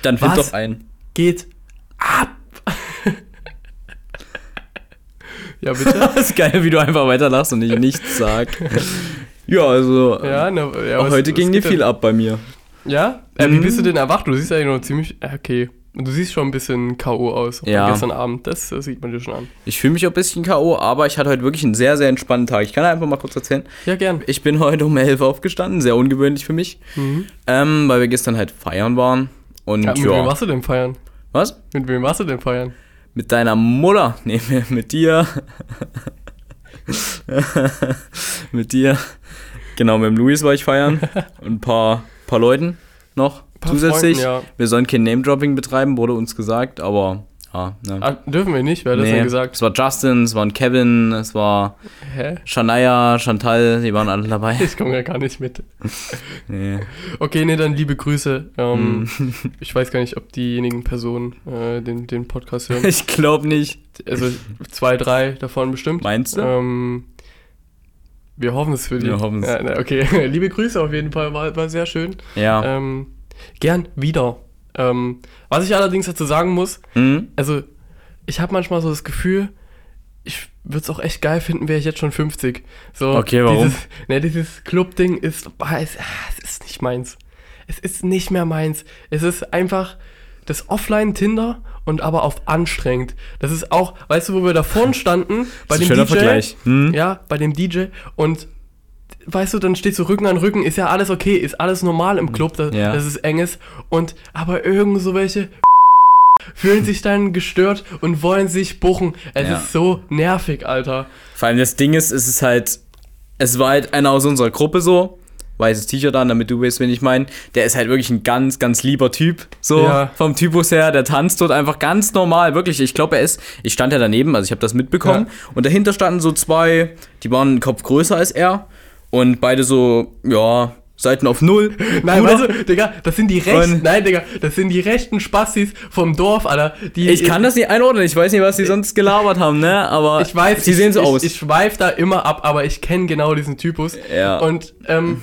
Dann find Was? doch einen. Geht ab! ja, bitte? Das ist geil, wie du einfach weiterlachst und ich nichts sag. ja, also Ja, na, ja auch was- heute was ging dir geht viel denn? ab bei mir. Ja? Äh, Wie Mhm. bist du denn erwacht? Du siehst eigentlich noch ziemlich. äh, Okay. Und Du siehst schon ein bisschen K.O. aus. auch Ja. von Gestern Abend, das, das sieht man dir schon an. Ich fühle mich auch ein bisschen K.O., aber ich hatte heute wirklich einen sehr, sehr entspannten Tag. Ich kann einfach mal kurz erzählen. Ja, gern. Ich bin heute um 11 Uhr aufgestanden, sehr ungewöhnlich für mich, Mhm. ähm, weil wir gestern halt feiern waren. Und Ja, mit wem ja. warst du denn feiern? Was? Mit wem warst du denn feiern? Mit deiner Mutter? Nee, mit- mit dir. mit dir. Genau, mit dem Luis war ich feiern. Und ein paar, paar Leuten noch Ein paar zusätzlich. Freunden, Wir sollen kein Name-Dropping betreiben, wurde uns gesagt, aber ja, ja. ne. ah, dürfen wir nicht, wer hat das denn gesagt? es war Justin, es waren Kevin, es war Hä? Shania, Chantal, die waren alle dabei. Ich komme ja gar nicht mit. Nee. Okay, nee, dann liebe Grüße. Ähm, Mhm. ich weiß gar nicht, ob diejenigen Personen äh, den, den Podcast hören. Ich glaube nicht. Also zwei, drei davon bestimmt. Meinst du? Ähm, wir hoffen es für die. Wir hoffen's. Ja, na, okay, liebe Grüße auf jeden Fall, war, war sehr schön. Ja. Ähm, gern wieder. Ähm, was ich allerdings dazu sagen muss, Hm? also ich habe manchmal so das Gefühl, ich würde es auch echt geil finden, wäre ich jetzt schon 50. So, Okay, warum? Dieses, ne, dieses Club-Ding ist, ah, es, ah, es ist nicht meins. Es ist nicht mehr meins. Es ist einfach das Offline-Tinder und aber auf anstrengend. Das ist auch, weißt du, wo wir da vorn standen, bei Ist ein dem schöner DJ, Vergleich. Hm? ja, bei dem DJ und weißt du, dann stehst du Rücken an Rücken, ist ja alles okay, ist alles normal im Club, da, Hm. Ja. dass es eng ist und aber irgend so welche fühlen sich dann gestört und wollen sich buchen. Es Ja. ist so nervig, Alter. Vor allem das Ding ist, es ist halt, es war halt einer aus unserer Gruppe so, weißes T-Shirt an, damit du weißt, wen ich meine. Der ist halt wirklich ein ganz, ganz lieber Typ, so Ja. vom Typus her. Der tanzt dort einfach ganz normal, wirklich. Ich glaube, er ist, ich stand ja daneben, also ich habe das mitbekommen. Und dahinter standen so zwei, die waren einen Kopf größer als er und beide so, ja, Seiten auf Null. Nein, Bruder, weißt du, Digga, das sind die rechten, Und- nein, Digga, das sind die rechten Spastis vom Dorf, Alter. Die, ich kann das nicht einordnen, ich weiß nicht, was die sonst gelabert haben, ne? Aber Ich weiß, sie ich, sehen so ich, aus. Ich schweife da immer ab, aber ich kenne genau diesen Typus. Ja. Und ähm,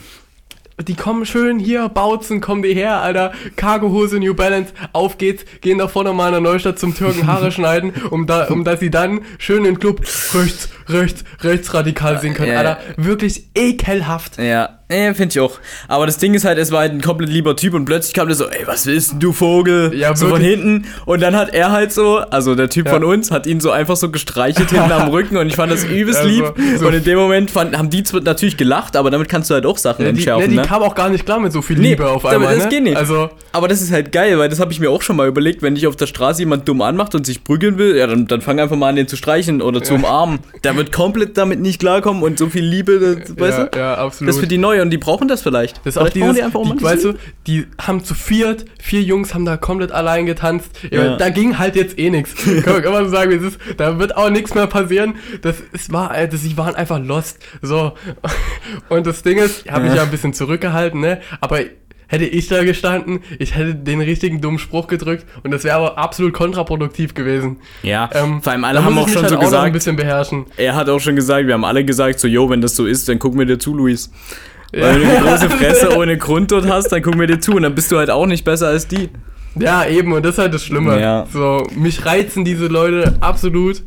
die kommen schön hier, Bautzen, kommen die her, Alter. Cargohose, New Balance, auf geht's, gehen da vorne mal in der Neustadt zum Türken Haare schneiden, um, da, um dass sie dann schön in den Club rechts, rechts, rechts radikal singen können. Ja, Alter, wirklich ekelhaft. Ja, äh, finde ich auch. Aber das Ding ist halt, es war halt ein komplett lieber Typ und plötzlich kam der so, ey, was willst denn du, Vogel? Ja, so von wirklich. hinten. Und dann hat er halt so, also der Typ Ja. von uns, hat ihn so einfach so gestreichelt hinten am Rücken und ich fand das übelst Ja, so- lieb. so- Und in dem Moment fand, haben die zwar natürlich gelacht, aber damit kannst du halt auch Sachen Die, ne, entschärfen, die ne? kam auch gar nicht klar mit so viel Nee, Liebe auf damit- einmal. das ne? geht nicht. Also, Aber das ist halt geil, weil das habe ich mir auch schon mal überlegt, wenn dich auf der Straße jemand dumm anmacht und sich prügeln will, ja, dann, dann fang einfach mal an, den zu streichen oder zu umarmen. Der wird komplett damit nicht klarkommen und so viel Liebe, das, weißt ja, du? ja, absolut. Das ist für die neu und die brauchen das vielleicht. Das ist auch Vielleicht brauchen die dieses, die einfach um mal ein bisschen weißt du, die haben zu viert, vier Jungs haben da komplett allein getanzt. Ja, Ja. Da ging halt jetzt eh nichts. Kann man- kann man so sagen, wie es ist. Da wird auch nichts mehr passieren. Das es war, äh, das, ich waren einfach lost. So. Und das Ding ist, habe ich ja ein bisschen zurückgehalten, ne? Aber hätte ich da gestanden, ich hätte den richtigen dummen Spruch gedrückt und das wäre aber absolut kontraproduktiv gewesen. Ja, Ähm, vor allem da alle haben muss auch ich mich schon halt so auch noch ein gesagt, bisschen beherrschen. er hat auch schon gesagt, wir haben alle gesagt, so, yo, wenn das so ist, dann guck mir dir zu, Luis. Ja. Weil wenn du eine große Fresse ohne Grund dort hast, dann guck mir dir zu und dann bist du halt auch nicht besser als die. Ja, eben, und das ist halt das Schlimme. Ja. So, mich reizen diese Leute absolut,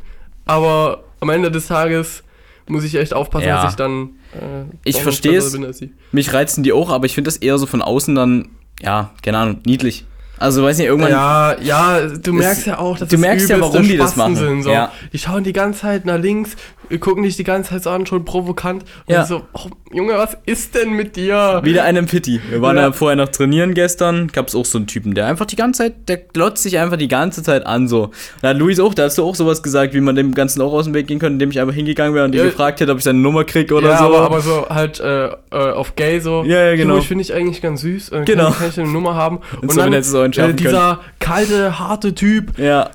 aber am Ende des Tages muss ich echt aufpassen, Ja. dass ich dann. Äh, Ich doch nicht verstehe besser es. bin als sie. Mich reizen die auch, aber ich finde das eher so von außen dann, ja, keine Ahnung, niedlich. Also, weiß nicht, irgendwann, Ja, ja, du merkst ja auch, dass du merkst ja, übelste warum die das Spasten machen. Sind, so. Ja. Die schauen die ganze Zeit nach links, gucken dich die ganze Zeit so an, schon provokant. Und Ja. so, oh, Junge, was ist denn mit dir? wieder einem Pitti. Wir waren ja. Ja. vorher noch trainieren gestern, gab's auch so einen Typen, der einfach die ganze Zeit, der glotzt sich einfach die ganze Zeit an so. Und da hat Luis auch, da hast du auch sowas gesagt, wie man dem Ganzen auch aus dem Weg gehen könnte, indem ich einfach hingegangen wäre und die Ja. gefragt hätte, ob ich seine Nummer krieg oder ja, so. aber, aber so halt äh, äh, auf gay so. Ja, ja, genau. Du, ich finde ich eigentlich ganz süß. Äh, Genau. Kann, kann ich eine Nummer haben. Und so, wenn er es auch äh, entschärfen dieser kalte, harte Typ, ja.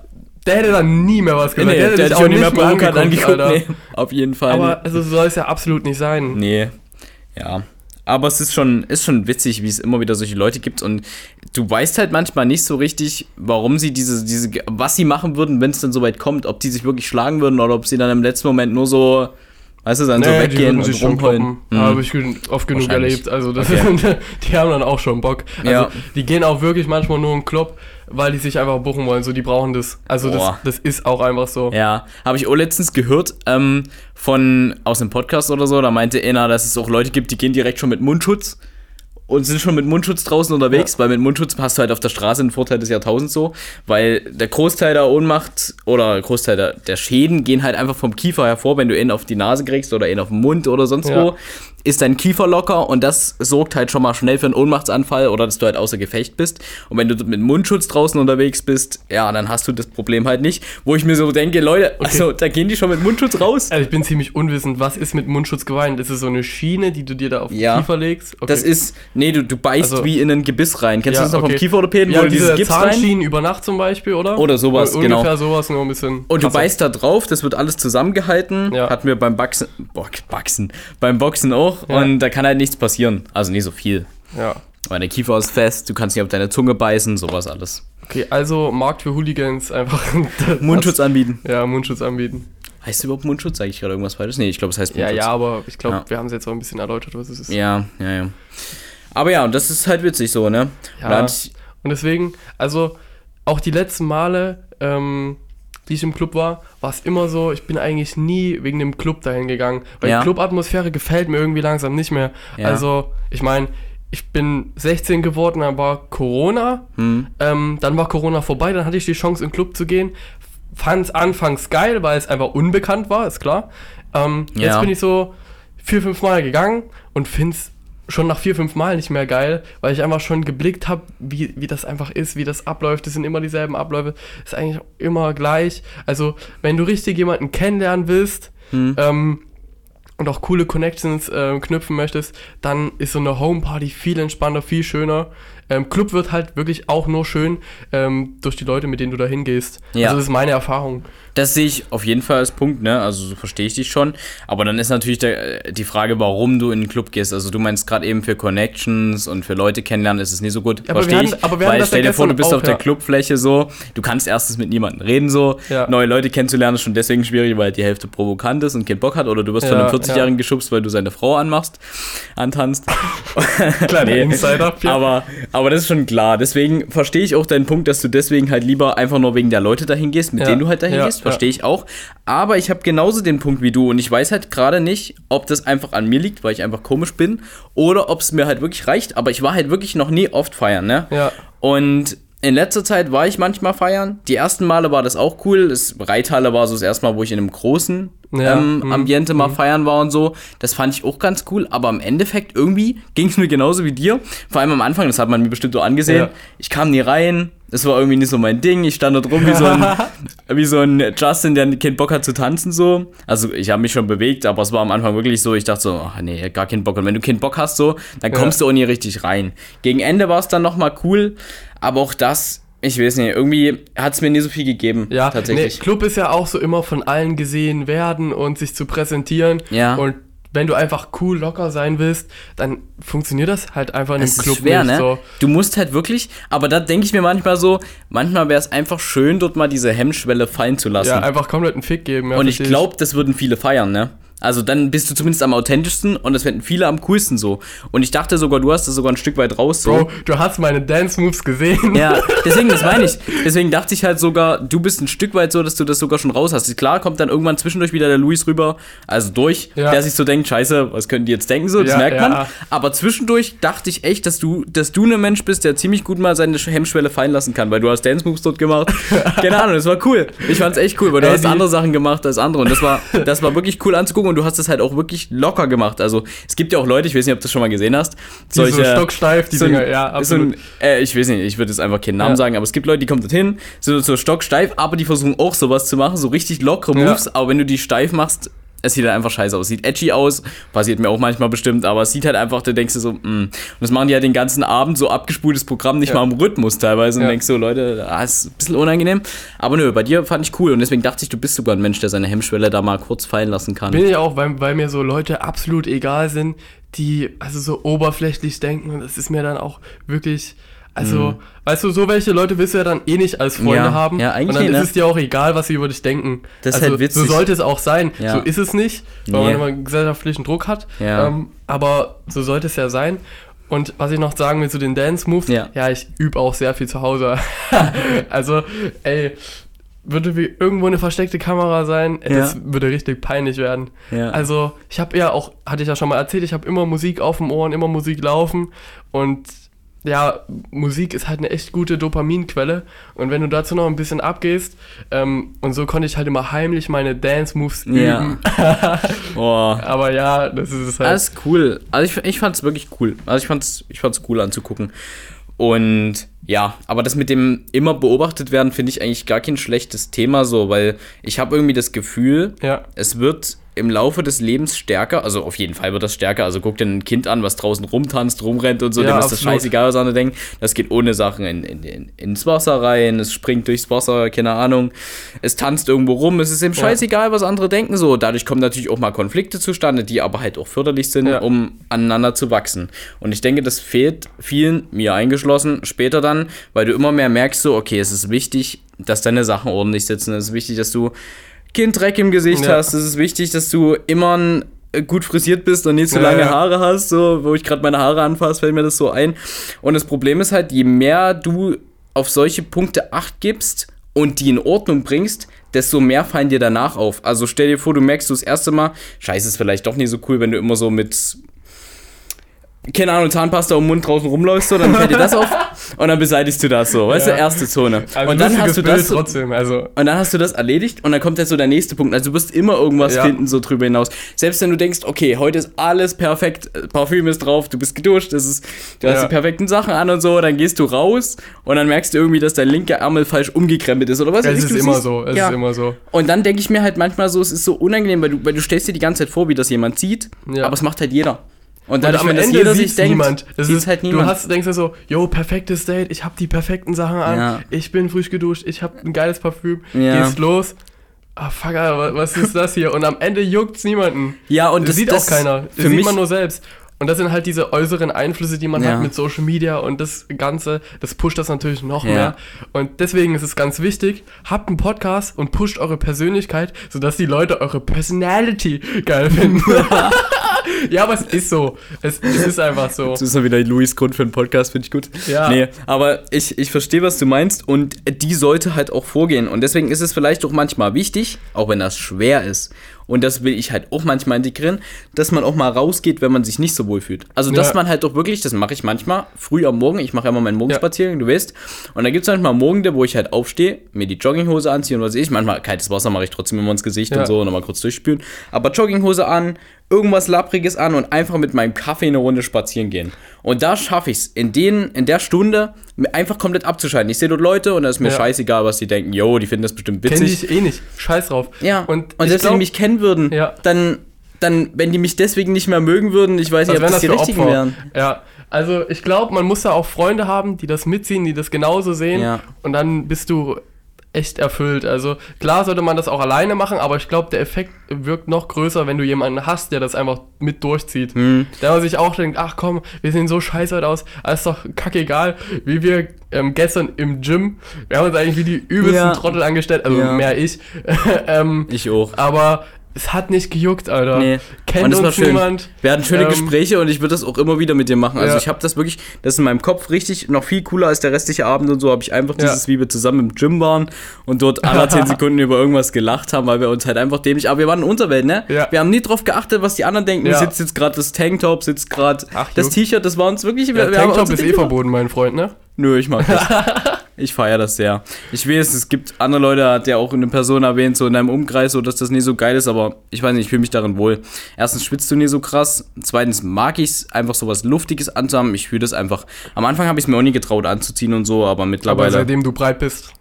der hätte dann nie mehr was gesagt. Nee, der, hätte hat dich dich auch nicht mehr angeguckt, provokant angeguckt. Alter. nee. Hm. Auf jeden Fall. Aber also, so soll es ja absolut nicht sein. nee. Ja. Aber es ist schon, ist schon witzig, wie es immer wieder solche Leute gibt und du weißt halt manchmal nicht so richtig, warum sie diese, diese, was sie machen würden, wenn es dann so weit kommt, ob die sich wirklich schlagen würden oder ob sie dann im letzten Moment nur so, Weißt du, dann so weggehen und rumheulen. kloppen. Habe ich gen- oft genug Wahrscheinlich. erlebt. Also das Okay. ist, die haben dann auch schon Bock. Also Ja. die gehen auch wirklich manchmal nur in den Club, weil die sich einfach buchen wollen. So, die brauchen das. Also das, Boah. das ist auch einfach so. Ja, habe ich auch letztens gehört ähm, von aus einem Podcast oder so, da meinte einer, dass es auch Leute gibt, die gehen direkt schon mit Mundschutz und sind schon mit Mundschutz draußen unterwegs, weil mit Mundschutz hast du halt auf der Straße einen Vorteil des Jahrtausends so, weil der Großteil der Ohnmacht oder Großteil der, der Schäden gehen halt einfach vom Kiefer hervor, wenn du ihn auf die Nase kriegst oder ihn auf den Mund oder sonst Ja. wo, ist dein Kiefer locker und das sorgt halt schon mal schnell für einen Ohnmachtsanfall oder dass du halt außer Gefecht bist. Und wenn du mit Mundschutz draußen unterwegs bist, ja, dann hast du das Problem halt nicht, wo ich mir so denke, Leute, also da gehen die schon mit Mundschutz raus. Also ich bin ziemlich unwissend, was ist mit Mundschutz gemeint? Ist es so eine Schiene, die du dir da auf den Ja. Kiefer legst? Okay. Das ist, nee, du, du beißt Also- wie in ein Gebiss rein. Kennst Ja, du das noch okay. vom Kieferorthopäden, ja, wo du dieses diese Gips rein? Zahnschienen über Nacht zum Beispiel, oder? Oder sowas, Un- genau. Ungefähr sowas, nur ein bisschen. Und du krasser. beißt da drauf, das wird alles zusammengehalten. Ja. Hatten wir beim Baxen, boah, Baxen, beim Boxen auch. Ja. Und da kann halt nichts passieren. Also nicht so viel. Ja. Weil der Kiefer ist fest, du kannst nicht auf deine Zunge beißen, sowas alles. Okay, also Markt für Hooligans einfach. das- Mundschutz anbieten. Ja, Mundschutz anbieten. Heißt es überhaupt Mundschutz? Sage ich gerade irgendwas Falsches? Nee, ich glaube, es heißt Ja, Mundschutz. ja, aber ich glaube, Ja. wir haben es jetzt auch ein bisschen erläutert, was es ist. Ja, ja, ja. Aber ja, und das ist halt witzig so, ne? Ja. Und da hatte ich, Und deswegen, also auch die letzten Male, ähm, die ich im Club war, war es immer so, ich bin eigentlich nie wegen dem Club dahin gegangen. Weil Ja. die Clubatmosphäre gefällt mir irgendwie langsam nicht mehr. Ja. Also, ich meine, ich bin 16 geworden, dann war Corona. hm, Ähm, dann war Corona vorbei, dann hatte ich die Chance, in den Club zu gehen. Fand es anfangs geil, weil es einfach unbekannt war, ist klar. Ähm, Jetzt Ja. bin ich so vier, fünf Mal gegangen und finde es schon nach vier, fünf Mal nicht mehr geil, weil ich einfach schon geblickt habe, wie, wie das einfach ist, wie das abläuft. Es sind immer dieselben Abläufe, ist eigentlich immer gleich. Also, wenn du richtig jemanden kennenlernen willst, Hm. ähm, und auch coole Connections ähm, knüpfen möchtest, dann ist so eine Homeparty viel entspannter, viel schöner. Ähm, Club wird halt wirklich auch nur schön ähm, durch die Leute, mit denen du da hingehst. Ja. Also das ist meine Erfahrung. das sehe ich auf jeden Fall als Punkt, ne? Also so verstehe ich dich schon. Aber dann ist natürlich der, die Frage, warum du in den Club gehst. Also du meinst gerade eben für Connections und für Leute kennenlernen ist es nicht so gut. Ja, aber wir Verstehe ich. hatten- aber wir hatten weil das stell ja dir vor, du gestern bist auch, auf der ja. Clubfläche so, du kannst erstens mit niemandem reden so. Ja. Neue Leute kennenzulernen ist schon deswegen schwierig, weil die Hälfte provokant ist und keinen Bock hat. Oder du wirst von Ja, einem 40-Jährigen geschubst, weil du seine Frau anmachst, antanzt. Kleiner Nee. Insider. Aber, aber das ist schon klar. Deswegen verstehe ich auch deinen Punkt, dass du deswegen halt lieber einfach nur wegen der Leute dahin gehst, mit Ja, denen du halt dahin ja, gehst. Verstehe ich auch. Aber ich habe genauso den Punkt wie du. Und ich weiß halt gerade nicht, ob das einfach an mir liegt, weil ich einfach komisch bin, oder ob es mir halt wirklich reicht. Aber ich war halt wirklich noch nie oft feiern, ne? Ja. Und in letzter Zeit war ich manchmal feiern. Die ersten Male war das auch cool. Das Reithalle war so das erste Mal, wo ich in einem großen Ja, ähm, mhm. Ambiente mal feiern war und so. Das fand ich auch ganz cool. Aber im Endeffekt irgendwie ging es mir genauso wie dir. Vor allem am Anfang, das hat man mir bestimmt so angesehen. Ja. Ich kam nie rein. Das war irgendwie nicht so mein Ding. Ich stand dort rum wie so ein, wie so ein Justin, der keinen Bock hat zu tanzen so. Also ich habe mich schon bewegt, aber es war am Anfang wirklich so, ich dachte so, ach nee, gar keinen Bock. Und wenn du keinen Bock hast so, dann kommst du auch nie richtig rein. Gegen Ende war es dann nochmal cool, aber auch das, ich weiß nicht, irgendwie hat es mir nie so viel gegeben. Ja, tatsächlich. Nee, Club ist ja auch so immer von allen gesehen werden und sich zu präsentieren. Ja. Und wenn du einfach cool locker sein willst, dann funktioniert das halt einfach in einem Das Club ist schwer, nicht ne? so. Du musst halt wirklich, aber da denke ich mir manchmal so, manchmal wäre es einfach schön, dort mal diese Hemmschwelle fallen zu lassen. Ja, äh, einfach komplett einen Fick geben. Ja, Und ich versteh glaube, das würden viele feiern, ne? Also dann bist du zumindest am authentischsten und das fänden viele am coolsten so. Und ich dachte sogar, du hast das sogar ein Stück weit raus so. Bro, du hast meine Dance Moves gesehen. Ja, deswegen, das meine ich. Deswegen dachte ich halt sogar, du bist ein Stück weit so, dass du das sogar schon raus hast. Klar kommt dann irgendwann zwischendurch wieder der Luis rüber, also durch, Ja. der sich so denkt, scheiße, was können die jetzt denken so, das Ja, merkt man. ja. Aber zwischendurch dachte ich echt, dass du, dass du ein Mensch bist, der ziemlich gut mal seine Hemmschwelle fallen lassen kann, weil du hast Dance Moves dort gemacht. Keine Ahnung, das war cool. Ich fand's echt cool, weil du Ey, hast die- andere Sachen gemacht als andere und das war, das war wirklich cool anzugucken und du hast es halt auch wirklich locker gemacht. Also es gibt ja auch Leute, ich weiß nicht, ob du das schon mal gesehen hast, Die so stocksteif, die so ein, Dinger. Ja, so ein, äh, ich weiß nicht, ich würde jetzt einfach keinen Namen Ja. sagen, aber es gibt Leute, die kommen dorthin, sind so stocksteif, aber die versuchen auch sowas zu machen, so richtig lockere Ja. Moves, aber wenn du die steif machst, es sieht halt einfach scheiße aus. Sieht edgy aus, passiert mir auch manchmal bestimmt, aber es sieht halt einfach, da denkst du so, mm. Und das machen die halt den ganzen Abend, so abgespultes Programm, nicht Ja. mal im Rhythmus teilweise. Und Ja. denkst so, Leute, ah, ist ein bisschen unangenehm. Aber nö, bei dir fand ich cool und deswegen dachte ich, du bist sogar ein Mensch, der seine Hemmschwelle da mal kurz fallen lassen kann. Bin ich auch, weil, weil mir so Leute absolut egal sind, die also so oberflächlich denken und das ist mir dann auch wirklich, Also, weißt du, so welche Leute willst du ja dann eh nicht als Freunde Mhm. Ja, haben. ja, eigentlich Und dann eh, ist ne? es dir auch egal, was sie über dich denken. Das ist also, halt witzig. So sollte es auch sein. Ja. So ist es nicht, weil Nee. man immer einen gesellschaftlichen Druck hat. Ja. Ähm, aber so sollte es ja sein. Und was ich noch sagen will zu den Dance-Moves, Ja. ich übe auch sehr viel zu Hause. also, ey, würde wie irgendwo eine versteckte Kamera sein, ey, Ja. das würde richtig peinlich werden. Ja. Also, ich habe ja auch, hatte ich ja schon mal erzählt, ich habe immer Musik auf dem Ohr und immer Musik laufen. Und ja, Musik ist halt eine echt gute Dopaminquelle. Und wenn du dazu noch ein bisschen abgehst, ähm, und so konnte ich halt immer heimlich meine Dance-Moves üben. Ja. Boah. Aber ja, das ist es halt. Das ist cool. Also ich, ich fand's wirklich cool. Also ich fand's, ich fand's cool anzugucken. Und ja, aber das mit dem immer beobachtet werden, finde ich eigentlich gar kein schlechtes Thema so, weil ich habe irgendwie das Gefühl, ja. es wird im Laufe des Lebens stärker, also auf jeden Fall wird das stärker, also guck dir ein Kind an, was draußen rumtanzt, rumrennt und so, Ja, dem ist das absolut. scheißegal, was andere denken, das geht ohne Sachen in, in, in, ins Wasser rein, es springt durchs Wasser, keine Ahnung, es tanzt irgendwo rum, es ist ihm scheißegal, was andere denken, so, dadurch kommen natürlich auch mal Konflikte zustande, die aber halt auch förderlich sind, Ja. um aneinander zu wachsen und ich denke, das fehlt vielen, mir eingeschlossen, später dann, weil du immer mehr merkst, so, okay, es ist wichtig, dass deine Sachen ordentlich sitzen, es ist wichtig, dass du kein Dreck im Gesicht Ja. hast. Es ist wichtig, dass du immer ein, äh, gut frisiert bist und nicht so Ja, lange ja. Haare hast. So, wo ich gerade meine Haare anfasse, fällt mir das so ein. Und das Problem ist halt, je mehr du auf solche Punkte Acht gibst und die in Ordnung bringst, desto mehr fallen dir danach auf. Also stell dir vor, du merkst du das erste Mal, scheiße, ist vielleicht doch nicht so cool, wenn du immer so mit keine Ahnung, Zahnpasta im Mund draußen rumläufst, so, dann fällt dir das auf und dann beseitigst du das so, weißt Ja. du, erste Zone. Also und dann lustiges hast du Bild das trotzdem, also. und dann hast du das erledigt und dann kommt jetzt so der nächste Punkt. Also du wirst immer irgendwas Ja. finden, so drüber hinaus. Selbst wenn du denkst, okay, heute ist alles perfekt, äh, Parfüm ist drauf, du bist geduscht, das ist, du hast Ja. die perfekten Sachen an und so, dann gehst du raus und dann merkst du irgendwie, dass dein linker Ärmel falsch umgekrempelt ist oder was weiß Es ich, ist du immer siehst- so, es ja. ist immer so. Und dann denke ich mir halt manchmal so, es ist so unangenehm, weil du, weil du stellst dir die ganze Zeit vor, wie das jemand sieht, Ja. aber es macht halt jeder. Und Und dadurch, am wenn das Ende jeder sich sieht's denkt, niemand. Das sieht's ist, halt Du niemand. hast, denkst dir so, yo, perfektes Date, ich habe die perfekten Sachen an, Ja. ich bin frisch geduscht, ich habe ein geiles Parfüm, Ja. gehst los. Ah, fuck, Alter, wa- was ist das hier? Und am Ende juckt's niemanden. ja, und das, sieht auch keiner. Das Für sieht mich, man nur selbst. Und das sind halt diese äußeren Einflüsse, die man Ja. hat mit Social Media und das Ganze, das pusht das natürlich noch Ja. mehr. Und deswegen ist es ganz wichtig, habt einen Podcast und pusht eure Persönlichkeit, sodass die Leute eure Personality geil finden. ja, aber es ist so. Es, es ist einfach so. Das ist ja wieder Louis Grund für einen Podcast, finde ich gut. Ja. Nee, aber ich, ich verstehe, was du meinst und die sollte halt auch vorgehen. Und deswegen ist es vielleicht auch manchmal wichtig, auch wenn das schwer ist, und das will ich halt auch manchmal integrieren, dass man auch mal rausgeht, wenn man sich nicht so wohl fühlt. Also, dass Ja. man halt auch wirklich, das mache ich manchmal, früh am Morgen, ich mache ja immer meinen Morgenspaziergang, du weißt. Und da gibt es manchmal Morgende, wo ich halt aufstehe, mir die Jogginghose anziehe und was weiß ich. Manchmal kaltes Wasser mache ich trotzdem immer ins Gesicht Ja. und so, nochmal kurz durchspülen. Aber Jogginghose an, irgendwas Lappriges an und einfach mit meinem Kaffee eine Runde spazieren gehen. Und da schaffe ich es, in, den- in der Stunde mir einfach komplett abzuschalten. Ich sehe dort Leute und da ist mir Ja. scheißegal, was die denken. Jo, die finden das bestimmt Kenn witzig. ich eh nicht. Scheiß drauf. Ja. Und, Und, selbst wenn die mich kennen würden, Ja. dann, dann, wenn die mich deswegen nicht mehr mögen würden, ich weiß nicht, Also ob wenn das das die für richtigen Opfer. wären. Ja, also ich glaube, man muss da auch Freunde haben, die das mitziehen, die das genauso sehen. Ja. Und dann bist du echt erfüllt. Also klar sollte man das auch alleine machen, aber ich glaube, der Effekt wirkt noch größer, wenn du jemanden hast, der das einfach mit durchzieht. Hm. Da man sich auch denkt, ach komm, wir sehen so scheiße heute aus, alles doch kackegal, wie wir ähm, gestern im Gym, wir haben uns eigentlich wie die übelsten Ja. Trottel angestellt, also Ja. mehr ich. ähm, Ich auch. aber es hat nicht gejuckt, Alter. Nee. Kennt Und es uns war schön. niemand. Wir hatten schöne Ähm, Gespräche und ich würde das auch immer wieder mit dir machen. Also Ja. ich habe das wirklich, das ist in meinem Kopf richtig noch viel cooler als der restliche Abend und so, habe ich einfach Ja. dieses, wie wir zusammen im Gym waren und dort alle 10 Sekunden über irgendwas gelacht haben, weil wir uns halt einfach dämlich, aber wir waren in Unterwelt, ne? Ja. Wir haben nie drauf geachtet, was die anderen denken. Ja. Sitzt jetzt gerade das Tanktop, sitzt gerade Ach, das Juck. T-Shirt, das war uns wirklich... Ja, haben Tanktop unser ist Ding eh gemacht. verboten, mein Freund, ne? Nö, ich mag das. Ich feiere das sehr. Ich weiß, es gibt andere Leute, hat der auch eine Person erwähnt, so in deinem Umkreis, so dass das nie so geil ist, aber ich weiß nicht, ich fühle mich darin wohl. Erstens schwitzt du nie so krass. Zweitens mag ich es, einfach so was Luftiges anzuhaben. Ich fühle das einfach. Am Anfang habe ich es mir auch nie getraut anzuziehen und so, aber Aber mittlerweile, Also, seitdem du breit bist.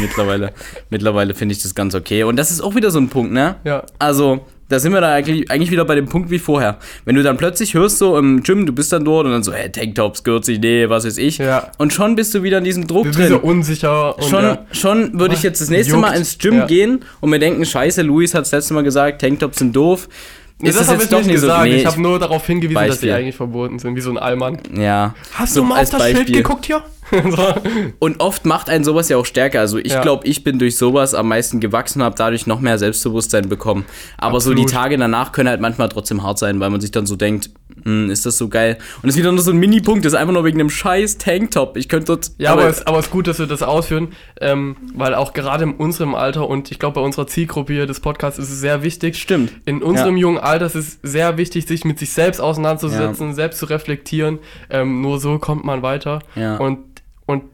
mittlerweile, mittlerweile finde ich das ganz okay. Und das ist auch wieder so ein Punkt, ne? Ja. Also, da sind wir da eigentlich, eigentlich wieder bei dem Punkt wie vorher. Wenn du dann plötzlich hörst, so im Gym, du bist dann dort und dann so, hey, Tanktops, Gürzi, nee, was weiß ich. Ja. Und schon bist du wieder in diesem Druck Du bist drin. so unsicher und Schon, ja. schon würde ich jetzt das nächste Juckt. Mal ins Gym Ja. gehen und mir denken, scheiße, Luis hat das letzte Mal gesagt, Tanktops sind doof. ist das, hab jetzt doch nicht so? gesagt. Nee, ich habe nur darauf hingewiesen, dass Beispiel. die eigentlich verboten sind, wie so ein Allmann. ja. Hast So du mal auf als das Schild Beispiel. geguckt hier? so. Und oft macht einen sowas ja auch stärker. Also ich Ja. glaube, ich bin durch sowas am meisten gewachsen und habe dadurch noch mehr Selbstbewusstsein bekommen. Aber so Absolut. die Tage danach können halt manchmal trotzdem hart sein, weil man sich dann so denkt, hm, ist das so geil? Und es ist wieder nur so ein Mini-Punkt, das ist einfach nur wegen einem scheiß Tanktop. Ich könnte dort... Ja, aber es aber es ist gut, dass wir das ausführen, ähm, weil auch gerade in unserem Alter und ich glaube bei unserer Zielgruppe hier des Podcasts ist es sehr wichtig. Stimmt. In unserem jungen Alter ist es sehr wichtig, sich mit sich selbst auseinanderzusetzen, selbst zu reflektieren. Ähm, nur so kommt man weiter. Ja. Und, und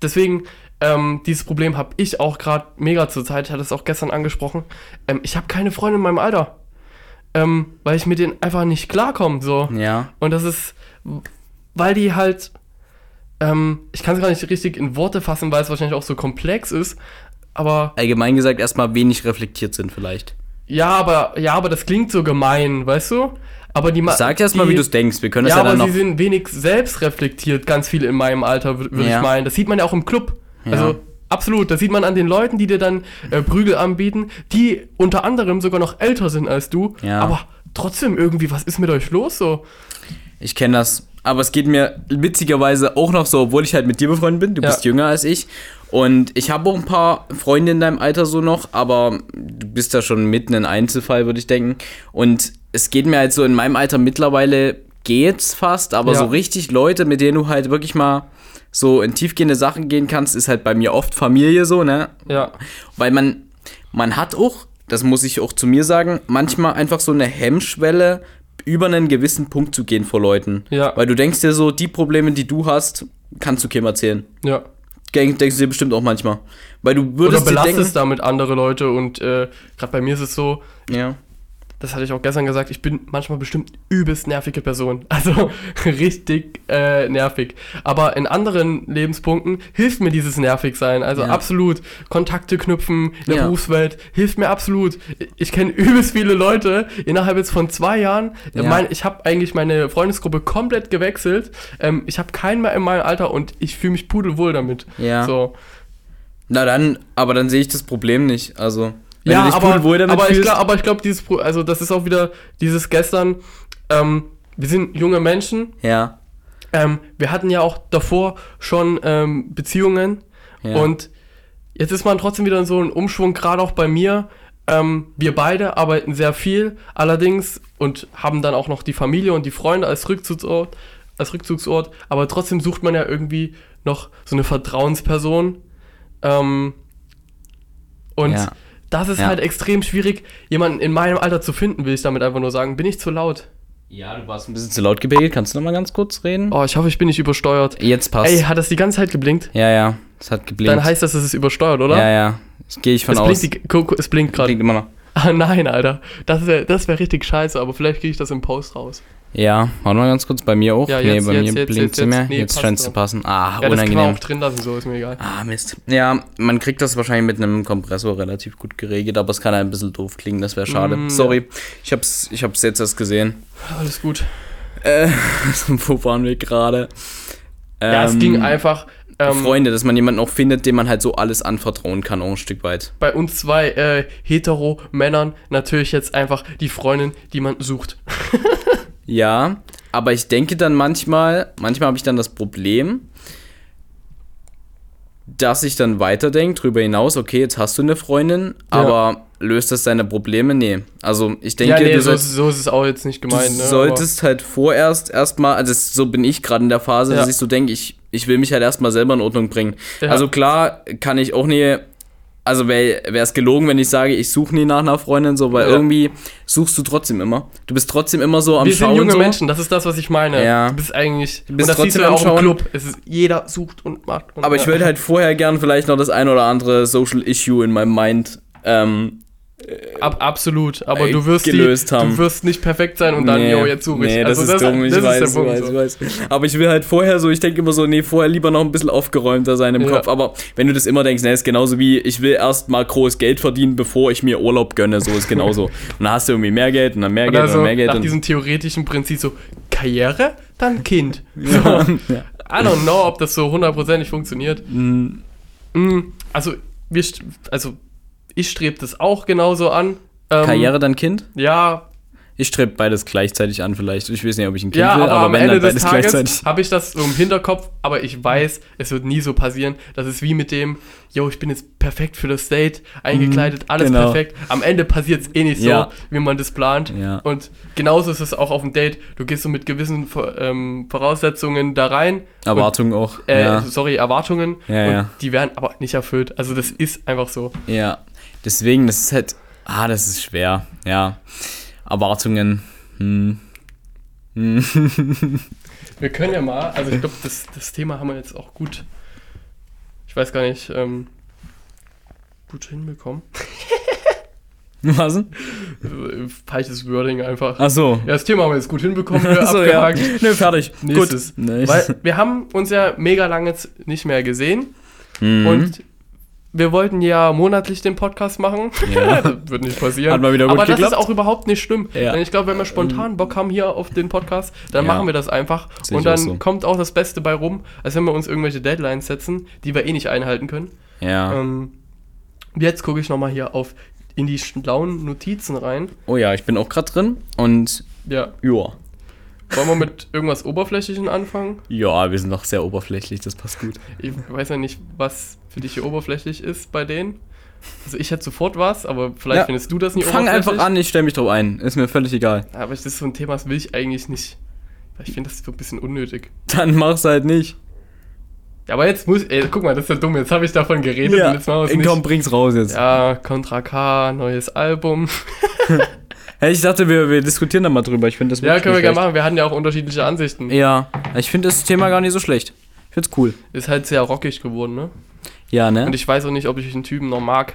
deswegen, ähm, dieses Problem habe ich auch gerade mega zur Zeit, ich hatte es auch gestern angesprochen. Ähm, ich habe keine Freunde in meinem Alter. Ähm, weil ich mit denen einfach nicht klarkomme. So. Ja. Und das ist, weil die halt, ähm, ich kann es gar nicht richtig in Worte fassen, weil es wahrscheinlich auch so komplex ist. Aber Allgemein gesagt erstmal wenig reflektiert sind vielleicht. ja, aber ja, aber das klingt so gemein, weißt du? Aber die ma- Sag erstmal, die- wie du es denkst. Wir können das Ja, ja, aber dann sie noch... sind wenig selbstreflektiert, ganz viele in meinem Alter, würde Ja. ich meinen. Das sieht man ja auch im Club. Ja. Also absolut, das sieht man an den Leuten, die dir dann äh, Prügel anbieten, die unter anderem sogar noch älter sind als du. Ja. Aber trotzdem irgendwie, was ist mit euch los so? Ich kenne das. Aber es geht mir witzigerweise auch noch so, obwohl ich halt mit dir befreundet bin. Du Ja. bist jünger als ich. Und ich habe auch ein paar Freunde in deinem Alter so noch, aber du bist da schon mitten in Einzelfall, würde ich denken. Und es geht mir halt so in meinem Alter mittlerweile geht's fast, aber Ja. so richtig Leute, mit denen du halt wirklich mal so in tiefgehende Sachen gehen kannst, ist halt bei mir oft Familie so, ne? Ja. Weil man, man hat auch, das muss ich auch zu mir sagen, manchmal einfach so eine Hemmschwelle, über einen gewissen Punkt zu gehen vor Leuten. Ja. Weil du denkst dir so, die Probleme, die du hast, kannst du keinem erzählen. Ja. Denk, denkst du dir bestimmt auch manchmal. Weil du Oder würdest dir belastest denken, damit andere Leute und äh, gerade bei mir ist es so, ja. das hatte ich auch gestern gesagt, ich bin manchmal bestimmt übelst nervige Person. Also richtig äh, nervig. Aber in anderen Lebenspunkten hilft mir dieses Nervigsein. Also Ja. absolut. Kontakte knüpfen in der Ja. Berufswelt hilft mir absolut. Ich kenne übelst viele Leute innerhalb jetzt von zwei Jahren. Ja. Mein, ich habe eigentlich meine Freundesgruppe komplett gewechselt. Ähm, ich habe keinen mehr in meinem Alter und ich fühle mich pudelwohl damit. Ja. So. Na dann, aber dann sehe ich das Problem nicht. Also, wenn ja, du dich aber, pudelwohl damit aber ich fühlst. glaube, aber ich glaube, dieses, Pro- also das ist auch wieder dieses gestern. Ähm, wir sind junge Menschen. ja. Ähm, wir hatten ja auch davor schon ähm, Beziehungen ja. und jetzt ist man trotzdem wieder in so einem Umschwung, gerade auch bei mir. Ähm, wir beide arbeiten sehr viel, allerdings und haben dann auch noch die Familie und die Freunde als Rückzugsort, als Rückzugsort. Aber trotzdem sucht man ja irgendwie noch so eine Vertrauensperson. Ähm, und Ja. das ist Ja. halt extrem schwierig, jemanden in meinem Alter zu finden, will ich damit einfach nur sagen. Bin ich zu laut? ja, du warst ein bisschen zu laut gepegelt. Kannst du nochmal ganz kurz reden? Oh, ich hoffe, ich bin nicht übersteuert. Jetzt passt. Ey, hat das die ganze Zeit geblinkt? ja, ja. Es hat geblinkt. Dann heißt das, es ist übersteuert, oder? ja, ja. Gehe ich von es, aus. blinkt die, guck, es blinkt gerade. Blinkt immer noch. Ah nein, Alter. Das wäre das wär richtig scheiße, aber vielleicht kriege ich das im Post raus. Ja, warte mal ganz kurz, bei mir auch. Ja, nee, jetzt, bei jetzt, mir jetzt, blinkt jetzt, sie jetzt. mehr. Nee, jetzt passt scheint es zu doch. passen. Ah, Ja, das kann man unangenehm. auch drin lassen, so ist mir egal. Ah, Mist. Ja, man kriegt das wahrscheinlich mit einem Kompressor relativ gut geregelt, aber es kann ein bisschen doof klingen, das wäre schade. Mm, Sorry, ich hab's, ich hab's jetzt erst gesehen. Alles gut. Äh, wo waren wir gerade? ja, es Ähm, ging einfach. Ähm, Freunde, dass man jemanden auch findet, dem man halt so alles anvertrauen kann, auch ein Stück weit. bei uns zwei äh, Hetero-Männern natürlich jetzt einfach die Freundin, die man sucht. Ja, aber ich denke dann manchmal, manchmal habe ich dann das Problem, dass ich dann weiterdenke drüber hinaus, okay, jetzt hast du eine Freundin, Ja. aber löst das deine Probleme? Nee. Also ich denke, ja, nee, du, so, sollst, ist, so ist es auch jetzt nicht du gemeint. ne, aber- solltest halt vorerst erstmal, also das, so bin ich gerade in der Phase, Ja. dass ich so denke, ich, ich will mich halt erstmal selber in Ordnung bringen. Ja. Also klar kann ich auch nie, also wäre es gelogen, wenn ich sage, ich suche nie nach einer Freundin, so, weil Ja. irgendwie suchst du trotzdem immer. Du bist trotzdem immer so am wir Schauen. sind junge so. Menschen, das ist das, was ich meine. Ja. Du bist eigentlich. Du bist und das siehst du trotzdem ja auch am im Schauen. Club. Es ist, jeder sucht und macht. Und Aber ich ja. würde halt vorher gern vielleicht noch das ein oder andere Social Issue in meinem Mind. Ähm, Ab, absolut, aber äh, du wirst gelöst die, haben. Du wirst nicht perfekt sein und dann, yo, jetzt suche ich. Also Nee, das ist dumm, ich weiß, ich weiß, ich weiß. Aber ich will halt vorher so, ich denke immer so, nee, vorher lieber noch ein bisschen aufgeräumter sein im Ja. Kopf. Aber wenn du das immer denkst, nee, ist genauso wie, ich will erst mal groß Geld verdienen, bevor ich mir Urlaub gönne, so ist genauso. und dann hast du irgendwie mehr Geld und dann mehr Und Geld und also dann mehr Geld. nach Und diesem theoretischen Prinzip so, Karriere, dann Kind. So. Ja. I don't know, ob das so hundertprozentig funktioniert. Mhm. Mm, Also, wir, st- also ich strebe das auch genauso an. Ähm, Karriere dann Kind? Ja, Ich strebe beides gleichzeitig an, vielleicht. Ich weiß nicht, ob ich ein Kind Ja, will, aber, aber am wenn Ende dann des beides gleichzeitig. Tages habe ich das so im Hinterkopf, aber ich weiß, es wird nie so passieren. Das ist wie mit dem, yo, ich bin jetzt perfekt für das Date, eingekleidet, alles genau. perfekt. Am Ende passiert es eh nicht Ja. so, wie man das plant. Ja. Und genauso ist es auch auf dem Date. Du gehst so mit gewissen Vor- ähm, Voraussetzungen da rein. und, Erwartungen auch. äh, ja. Sorry, Erwartungen. Ja, und ja. die werden aber nicht erfüllt. Also das ist einfach so. ja. Deswegen, das ist halt. Ah, das ist schwer. Ja. Erwartungen. Hm. Hm. Wir können ja mal, also ich glaube, das, das Thema haben wir jetzt auch gut, ich weiß gar nicht, ähm, gut hinbekommen. Was? denn? Äh, Falsches Wording einfach. Ach so. Ja, das Thema haben wir jetzt gut hinbekommen, wir Ach so, ja. abgehakt. Nö, fertig. Nächstes. Gut. Nice. Weil wir haben uns ja mega lange jetzt nicht mehr gesehen Mhm. und wir wollten ja monatlich den Podcast machen. das wird nicht passieren. Hat mal wieder gut Aber das geklappt. ist auch überhaupt nicht schlimm. Ja. Ähm. Denn ich glaube, wenn wir spontan Bock haben hier auf den Podcast, dann Ja. machen wir das einfach. Sehe und ich auch dann so. kommt auch das Beste bei rum, als wenn wir uns irgendwelche Deadlines setzen, die wir eh nicht einhalten können. ja. Ähm, jetzt gucke ich nochmal hier auf in die schlauen Notizen rein. Oh ja, ich bin auch gerade drin. Und Ja. ja. Wollen wir mit irgendwas Oberflächlichem anfangen? Ja, wir sind noch sehr oberflächlich, das passt gut. Ich weiß ja nicht, was für dich hier oberflächlich ist bei denen. Also ich hätte sofort was, aber vielleicht Ja. findest du das nicht Fang einfach an, ich stelle mich drauf ein. Ist mir völlig egal. Aber das ist so ein Thema, das will ich eigentlich nicht. Weil ich finde das so ein bisschen unnötig. Dann mach's halt nicht. Ja, aber jetzt muss ich, ey, guck mal, das ist ja dumm, jetzt habe ich davon geredet und jetzt machen wir es komm, nicht. bring's raus jetzt. Ja, Contra K, neues Album. Hey, ich dachte, wir, wir diskutieren da mal drüber. Ich finde das Ja, wirklich können wir nicht gerne machen, wir hatten ja auch unterschiedliche Ansichten. schlecht. Ja, ich finde das Thema gar nicht so schlecht. Ich find's cool. Ist halt sehr rockig geworden, ne? Ja, ne? Und Ich, ich weiß auch nicht, ob ich den Typen noch mag.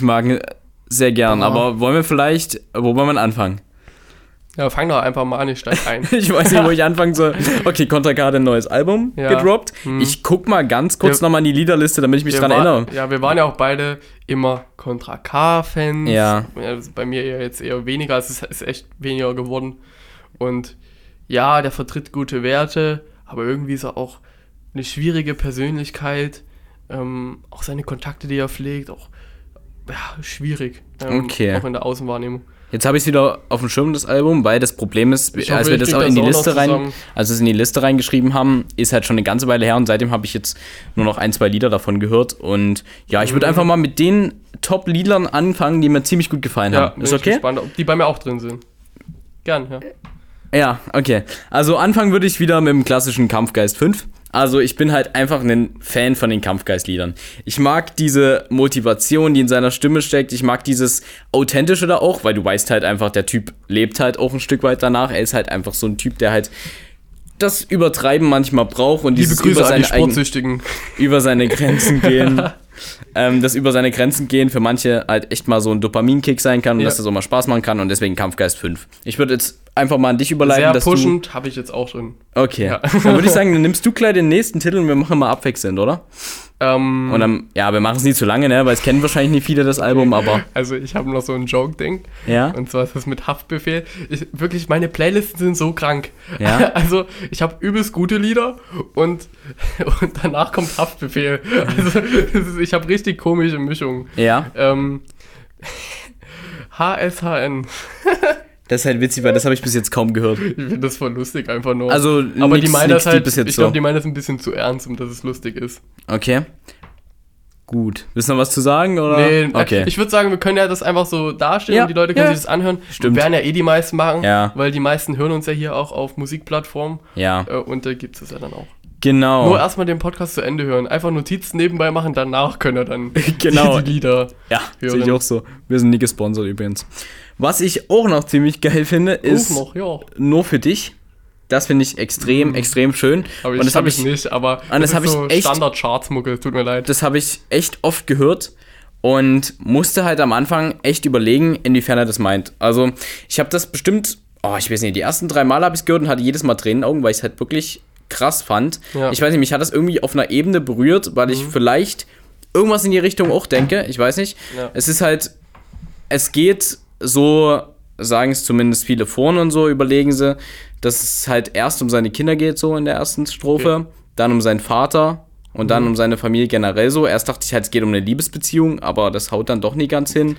mag ihn sehr gern, Ja. aber wollen wir vielleicht, wo wollen wir anfangen? Ja, fang doch einfach mal an, ich steig ein. Ich weiß nicht, wo ich anfangen soll. Okay, Contra K hat ein neues Album Ja. Hm. gedroppt. Ich guck mal ganz kurz Wir- nochmal in die Liederliste, damit ich mich dran war- erinnere. Ja, wir waren ja auch beide immer Contra K-Fans. Ja. Also bei mir eher jetzt eher weniger, es ist, ist echt weniger geworden. Und ja, der vertritt gute Werte, aber irgendwie ist er auch eine schwierige Persönlichkeit. Ähm, auch seine Kontakte, die er pflegt, auch ja, schwierig. Ähm, Okay. Auch in der Außenwahrnehmung. Jetzt habe ich es wieder auf dem Schirm, das Album, weil das Problem ist, Ich als hoffe, wir ich das krieg auch das in die auch noch Liste rein, zusammen. als wir es in die Liste reingeschrieben haben, ist halt schon eine ganze Weile her und seitdem habe ich jetzt nur noch ein, zwei Lieder davon gehört. Und ja, Mhm. ich würde einfach mal mit den Top-Liedern anfangen, die mir ziemlich gut gefallen haben. bin Ist ich okay? gespannt, ob die bei mir auch drin sind. Gern, ja. Ja, okay. Also anfangen würde ich wieder mit dem klassischen Kampfgeist 5. Also ich bin halt einfach ein Fan von den Kampfgeistliedern. Ich mag diese Motivation, die in seiner Stimme steckt. Ich mag dieses Authentische da auch, weil du weißt halt einfach, der Typ lebt halt auch ein Stück weit danach. Er ist halt einfach so ein Typ, der halt das Übertreiben manchmal braucht und Liebe dieses Grüße über an die seine, eigenen, Sportsüchtigen. über seine Grenzen gehen. ähm, das über seine Grenzen gehen für manche halt echt mal so ein Dopaminkick sein kann und Ja. dass das auch mal Spaß machen kann und deswegen Kampfgeist 5. Ich würde jetzt einfach mal an dich überleiten, Sehr dass du pushend habe ich jetzt auch drin. Okay. Ja. Dann würde ich sagen, dann nimmst du gleich den nächsten Titel und wir machen mal abwechselnd, oder? Ähm, Und dann, ja, wir machen es nie zu lange, ne? Weil es kennen wahrscheinlich nicht viele das Album, aber. Also ich habe noch so ein Joke-Ding. Ja. Und zwar ist das mit Haftbefehl. Ich, wirklich, meine Playlisten sind so krank. Ja. Also ich habe übelst gute Lieder und, und danach kommt Haftbefehl. Also das ist, ich habe richtig komische Mischungen. Ja. Ähm, HSHN. Das ist halt witzig, weil das habe ich bis jetzt kaum gehört. Ich finde das voll lustig einfach nur. Also, aber nix- die meinen nix das halt, bis jetzt ich glaube, so. die meinen das ein bisschen zu ernst, um dass es lustig ist. Okay. Gut. Willst du noch was zu sagen, oder? Nee, Okay. Äh, ich würde sagen, wir können ja das einfach so darstellen Ja, und die Leute können ja. sich das anhören. Stimmt. Werden ja eh die meisten machen, Ja. weil die meisten hören uns ja hier auch auf Musikplattformen ja. äh, und da gibt es ja dann auch. Genau. Nur erstmal den Podcast zu Ende hören, einfach Notizen nebenbei machen, danach können wir dann Genau. die Lieder. ja, sehe ich hören. auch so. Wir sind nie gesponsert übrigens. Was ich auch noch ziemlich geil finde, ist auch noch, ja. nur für dich. Das finde ich extrem, extrem schön. Aber und ich das habe habe ich nicht, aber das hab ich echt- Standard-Charts-Mucke, tut mir leid. das habe ich echt oft gehört und musste halt am Anfang echt überlegen, inwiefern er das meint. Also ich habe das bestimmt, oh, ich weiß nicht, die ersten drei Mal habe ich es gehört und hatte jedes Mal Tränen in den Augen, weil ich es halt wirklich krass fand. Ja. Mhm. Ich weiß nicht, mich hat das irgendwie auf einer Ebene berührt, weil ich vielleicht irgendwas in die Richtung auch denke. Ich weiß nicht. Ja. Es ist halt, es geht so, sagen es zumindest viele Foren und so, überlegen sie, dass es halt erst um seine Kinder geht, so in der ersten Strophe, dann um seinen Vater und Mhm. dann um seine Familie generell so. Erst dachte ich halt, es geht um eine Liebesbeziehung, aber das haut dann doch nie ganz hin.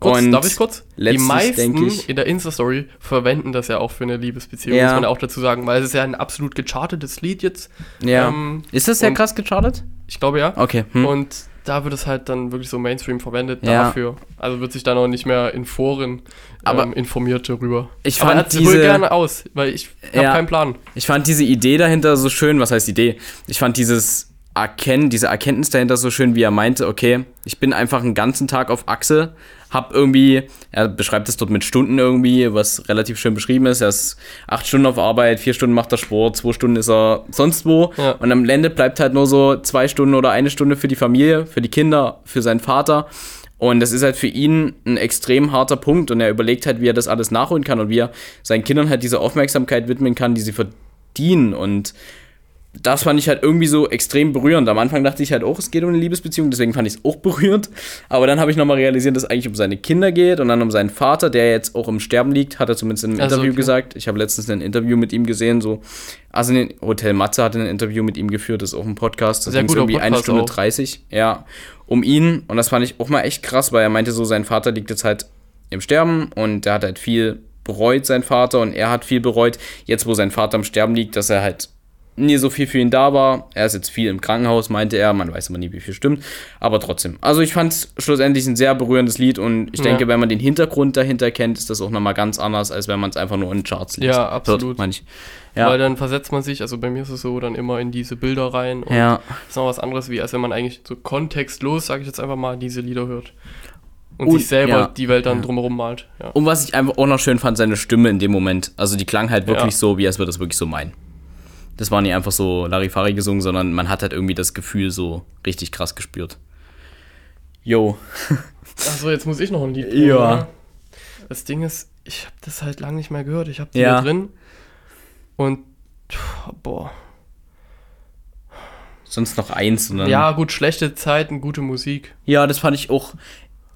kurz, Und darf ich kurz? Die letztens, denk meisten ich- in der Insta-Story verwenden das ja auch für eine Liebesbeziehung, Ja. muss man auch dazu sagen, weil es ist ja ein absolut gechartetes Lied jetzt. Ja. Ähm, ist das sehr und- krass gechartet? Ich glaube ja. Okay. Hm. Und da wird es halt dann wirklich so Mainstream verwendet Ja. dafür. Also wird sich dann auch nicht mehr in Foren Aber- ähm, informiert darüber. Ich Aber fand er hat sich wohl diese- gerne aus, weil ich habe Ja. keinen Plan. Ich fand diese Idee dahinter so schön, was heißt Idee? Ich fand dieses Erkennen, diese Erkenntnis dahinter so schön, wie er meinte, okay, ich bin einfach einen ganzen Tag auf Achse, hab irgendwie, er beschreibt es dort mit Stunden irgendwie, was relativ schön beschrieben ist, er ist acht Stunden auf Arbeit, vier Stunden macht er Sport, zwei Stunden ist er sonst wo Ja. und am Ende bleibt halt nur so zwei Stunden oder eine Stunde für die Familie, für die Kinder, für seinen Vater und das ist halt für ihn ein extrem harter Punkt und er überlegt halt, wie er das alles nachholen kann und wie er seinen Kindern halt diese Aufmerksamkeit widmen kann, die sie verdienen. Und das fand ich halt irgendwie so extrem berührend. Am Anfang dachte ich halt auch, es geht um eine Liebesbeziehung, deswegen fand ich es auch berührend. Aber dann habe ich nochmal realisiert, dass es eigentlich um seine Kinder geht und dann um seinen Vater, der jetzt auch im Sterben liegt, hat er zumindest in einem Also, Interview okay. gesagt. Ich habe letztens ein Interview mit ihm gesehen, so. Also in den Hotel Matze hatte ein Interview mit ihm geführt, das ist auch ein Podcast. Das Sehr ging's guter irgendwie eine Podcast Stunde auch. 30, ja, um ihn. Und das fand ich auch mal echt krass, weil er meinte so, sein Vater liegt jetzt halt im Sterben und der hat halt viel bereut, sein Vater, und er hat viel bereut, jetzt wo sein Vater im Sterben liegt, dass er halt nie so viel für ihn da war. Er ist jetzt viel im Krankenhaus, meinte er. Man weiß immer nie, wie viel stimmt. Aber trotzdem. Also ich fand es schlussendlich ein sehr berührendes Lied und ich Ja. denke, wenn man den Hintergrund dahinter kennt, ist das auch nochmal ganz anders, als wenn man es einfach nur in Charts liest. Ja, absolut. meine ich. Ja. Weil dann versetzt man sich, also bei mir ist es so, dann immer in diese Bilder rein. Und Ja. ist noch was anderes, wie als wenn man eigentlich so kontextlos, sage ich jetzt einfach mal, diese Lieder hört. Und, Und- sich selber ja. die Welt dann drumherum malt. Ja. Und was ich einfach auch noch schön fand, seine Stimme in dem Moment. Also die klang halt wirklich Ja. so, wie als würde das wirklich so meinen. Das war nicht einfach so Larifari gesungen, sondern man hat halt irgendwie das Gefühl so richtig krass gespürt. Yo. Achso, jetzt muss ich noch ein Lied Ja. oder? Das Ding ist, ich habe das halt lange nicht mehr gehört. Ich habe die Ja. hier drin. Und, pff, boah. Sonst noch eins. Und dann Ja, gut, schlechte Zeiten, gute Musik. ja, das fand ich auch,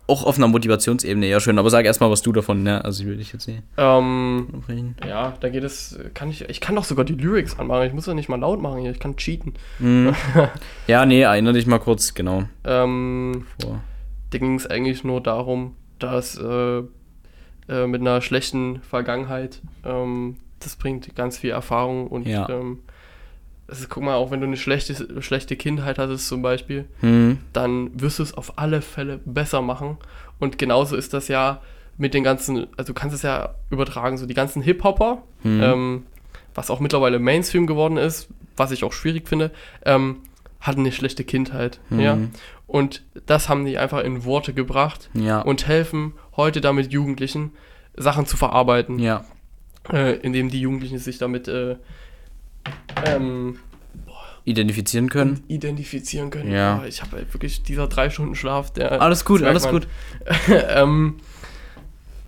auch auf einer Motivationsebene ja schön. Aber sag erstmal, was du davon, ne? Also ich will dich jetzt nicht Ähm, unterbrechen. ja, da geht es, kann ich, ich kann doch sogar die Lyrics anmachen. Ich muss ja nicht mal laut machen hier, ich kann cheaten. Mhm. Ja, nee, erinnere dich mal kurz, genau. Ähm, Vor. da ging es eigentlich nur darum, dass äh, äh, mit einer schlechten Vergangenheit, ähm, das bringt ganz viel Erfahrung und Ja. ähm, es ist, guck mal, auch wenn du eine schlechte, schlechte Kindheit hattest zum Beispiel, Hm. dann wirst du es auf alle Fälle besser machen. Und genauso ist das ja mit den ganzen, also du kannst es ja übertragen, so die ganzen Hip-Hopper, Mhm. ähm, was auch mittlerweile Mainstream geworden ist, was ich auch schwierig finde, ähm, hatten eine schlechte Kindheit. Mhm. Ja? Und das haben die einfach in Worte gebracht Ja. und helfen heute damit Jugendlichen, Sachen zu verarbeiten, ja. äh, indem die Jugendlichen sich damit äh, ähm, Identifizieren können. identifizieren können. Ja. Oh, Ich habe halt wirklich dieser drei Stunden Schlaf, der. Alles gut, das merkt alles man. gut. ähm,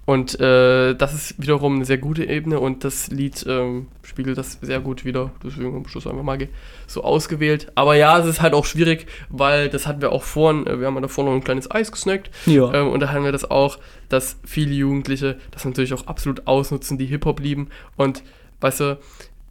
und äh, das ist wiederum eine sehr gute Ebene und das Lied ähm, spiegelt das sehr gut wieder. Deswegen am Schluss einfach mal ge- so ausgewählt. Aber ja, es ist halt auch schwierig, weil das hatten wir auch vorhin, äh, wir haben ja davor noch ein kleines Eis gesnackt. Ja. Ähm, und da haben wir das auch, dass viele Jugendliche das natürlich auch absolut ausnutzen, die Hip-Hop lieben. Und weißt du,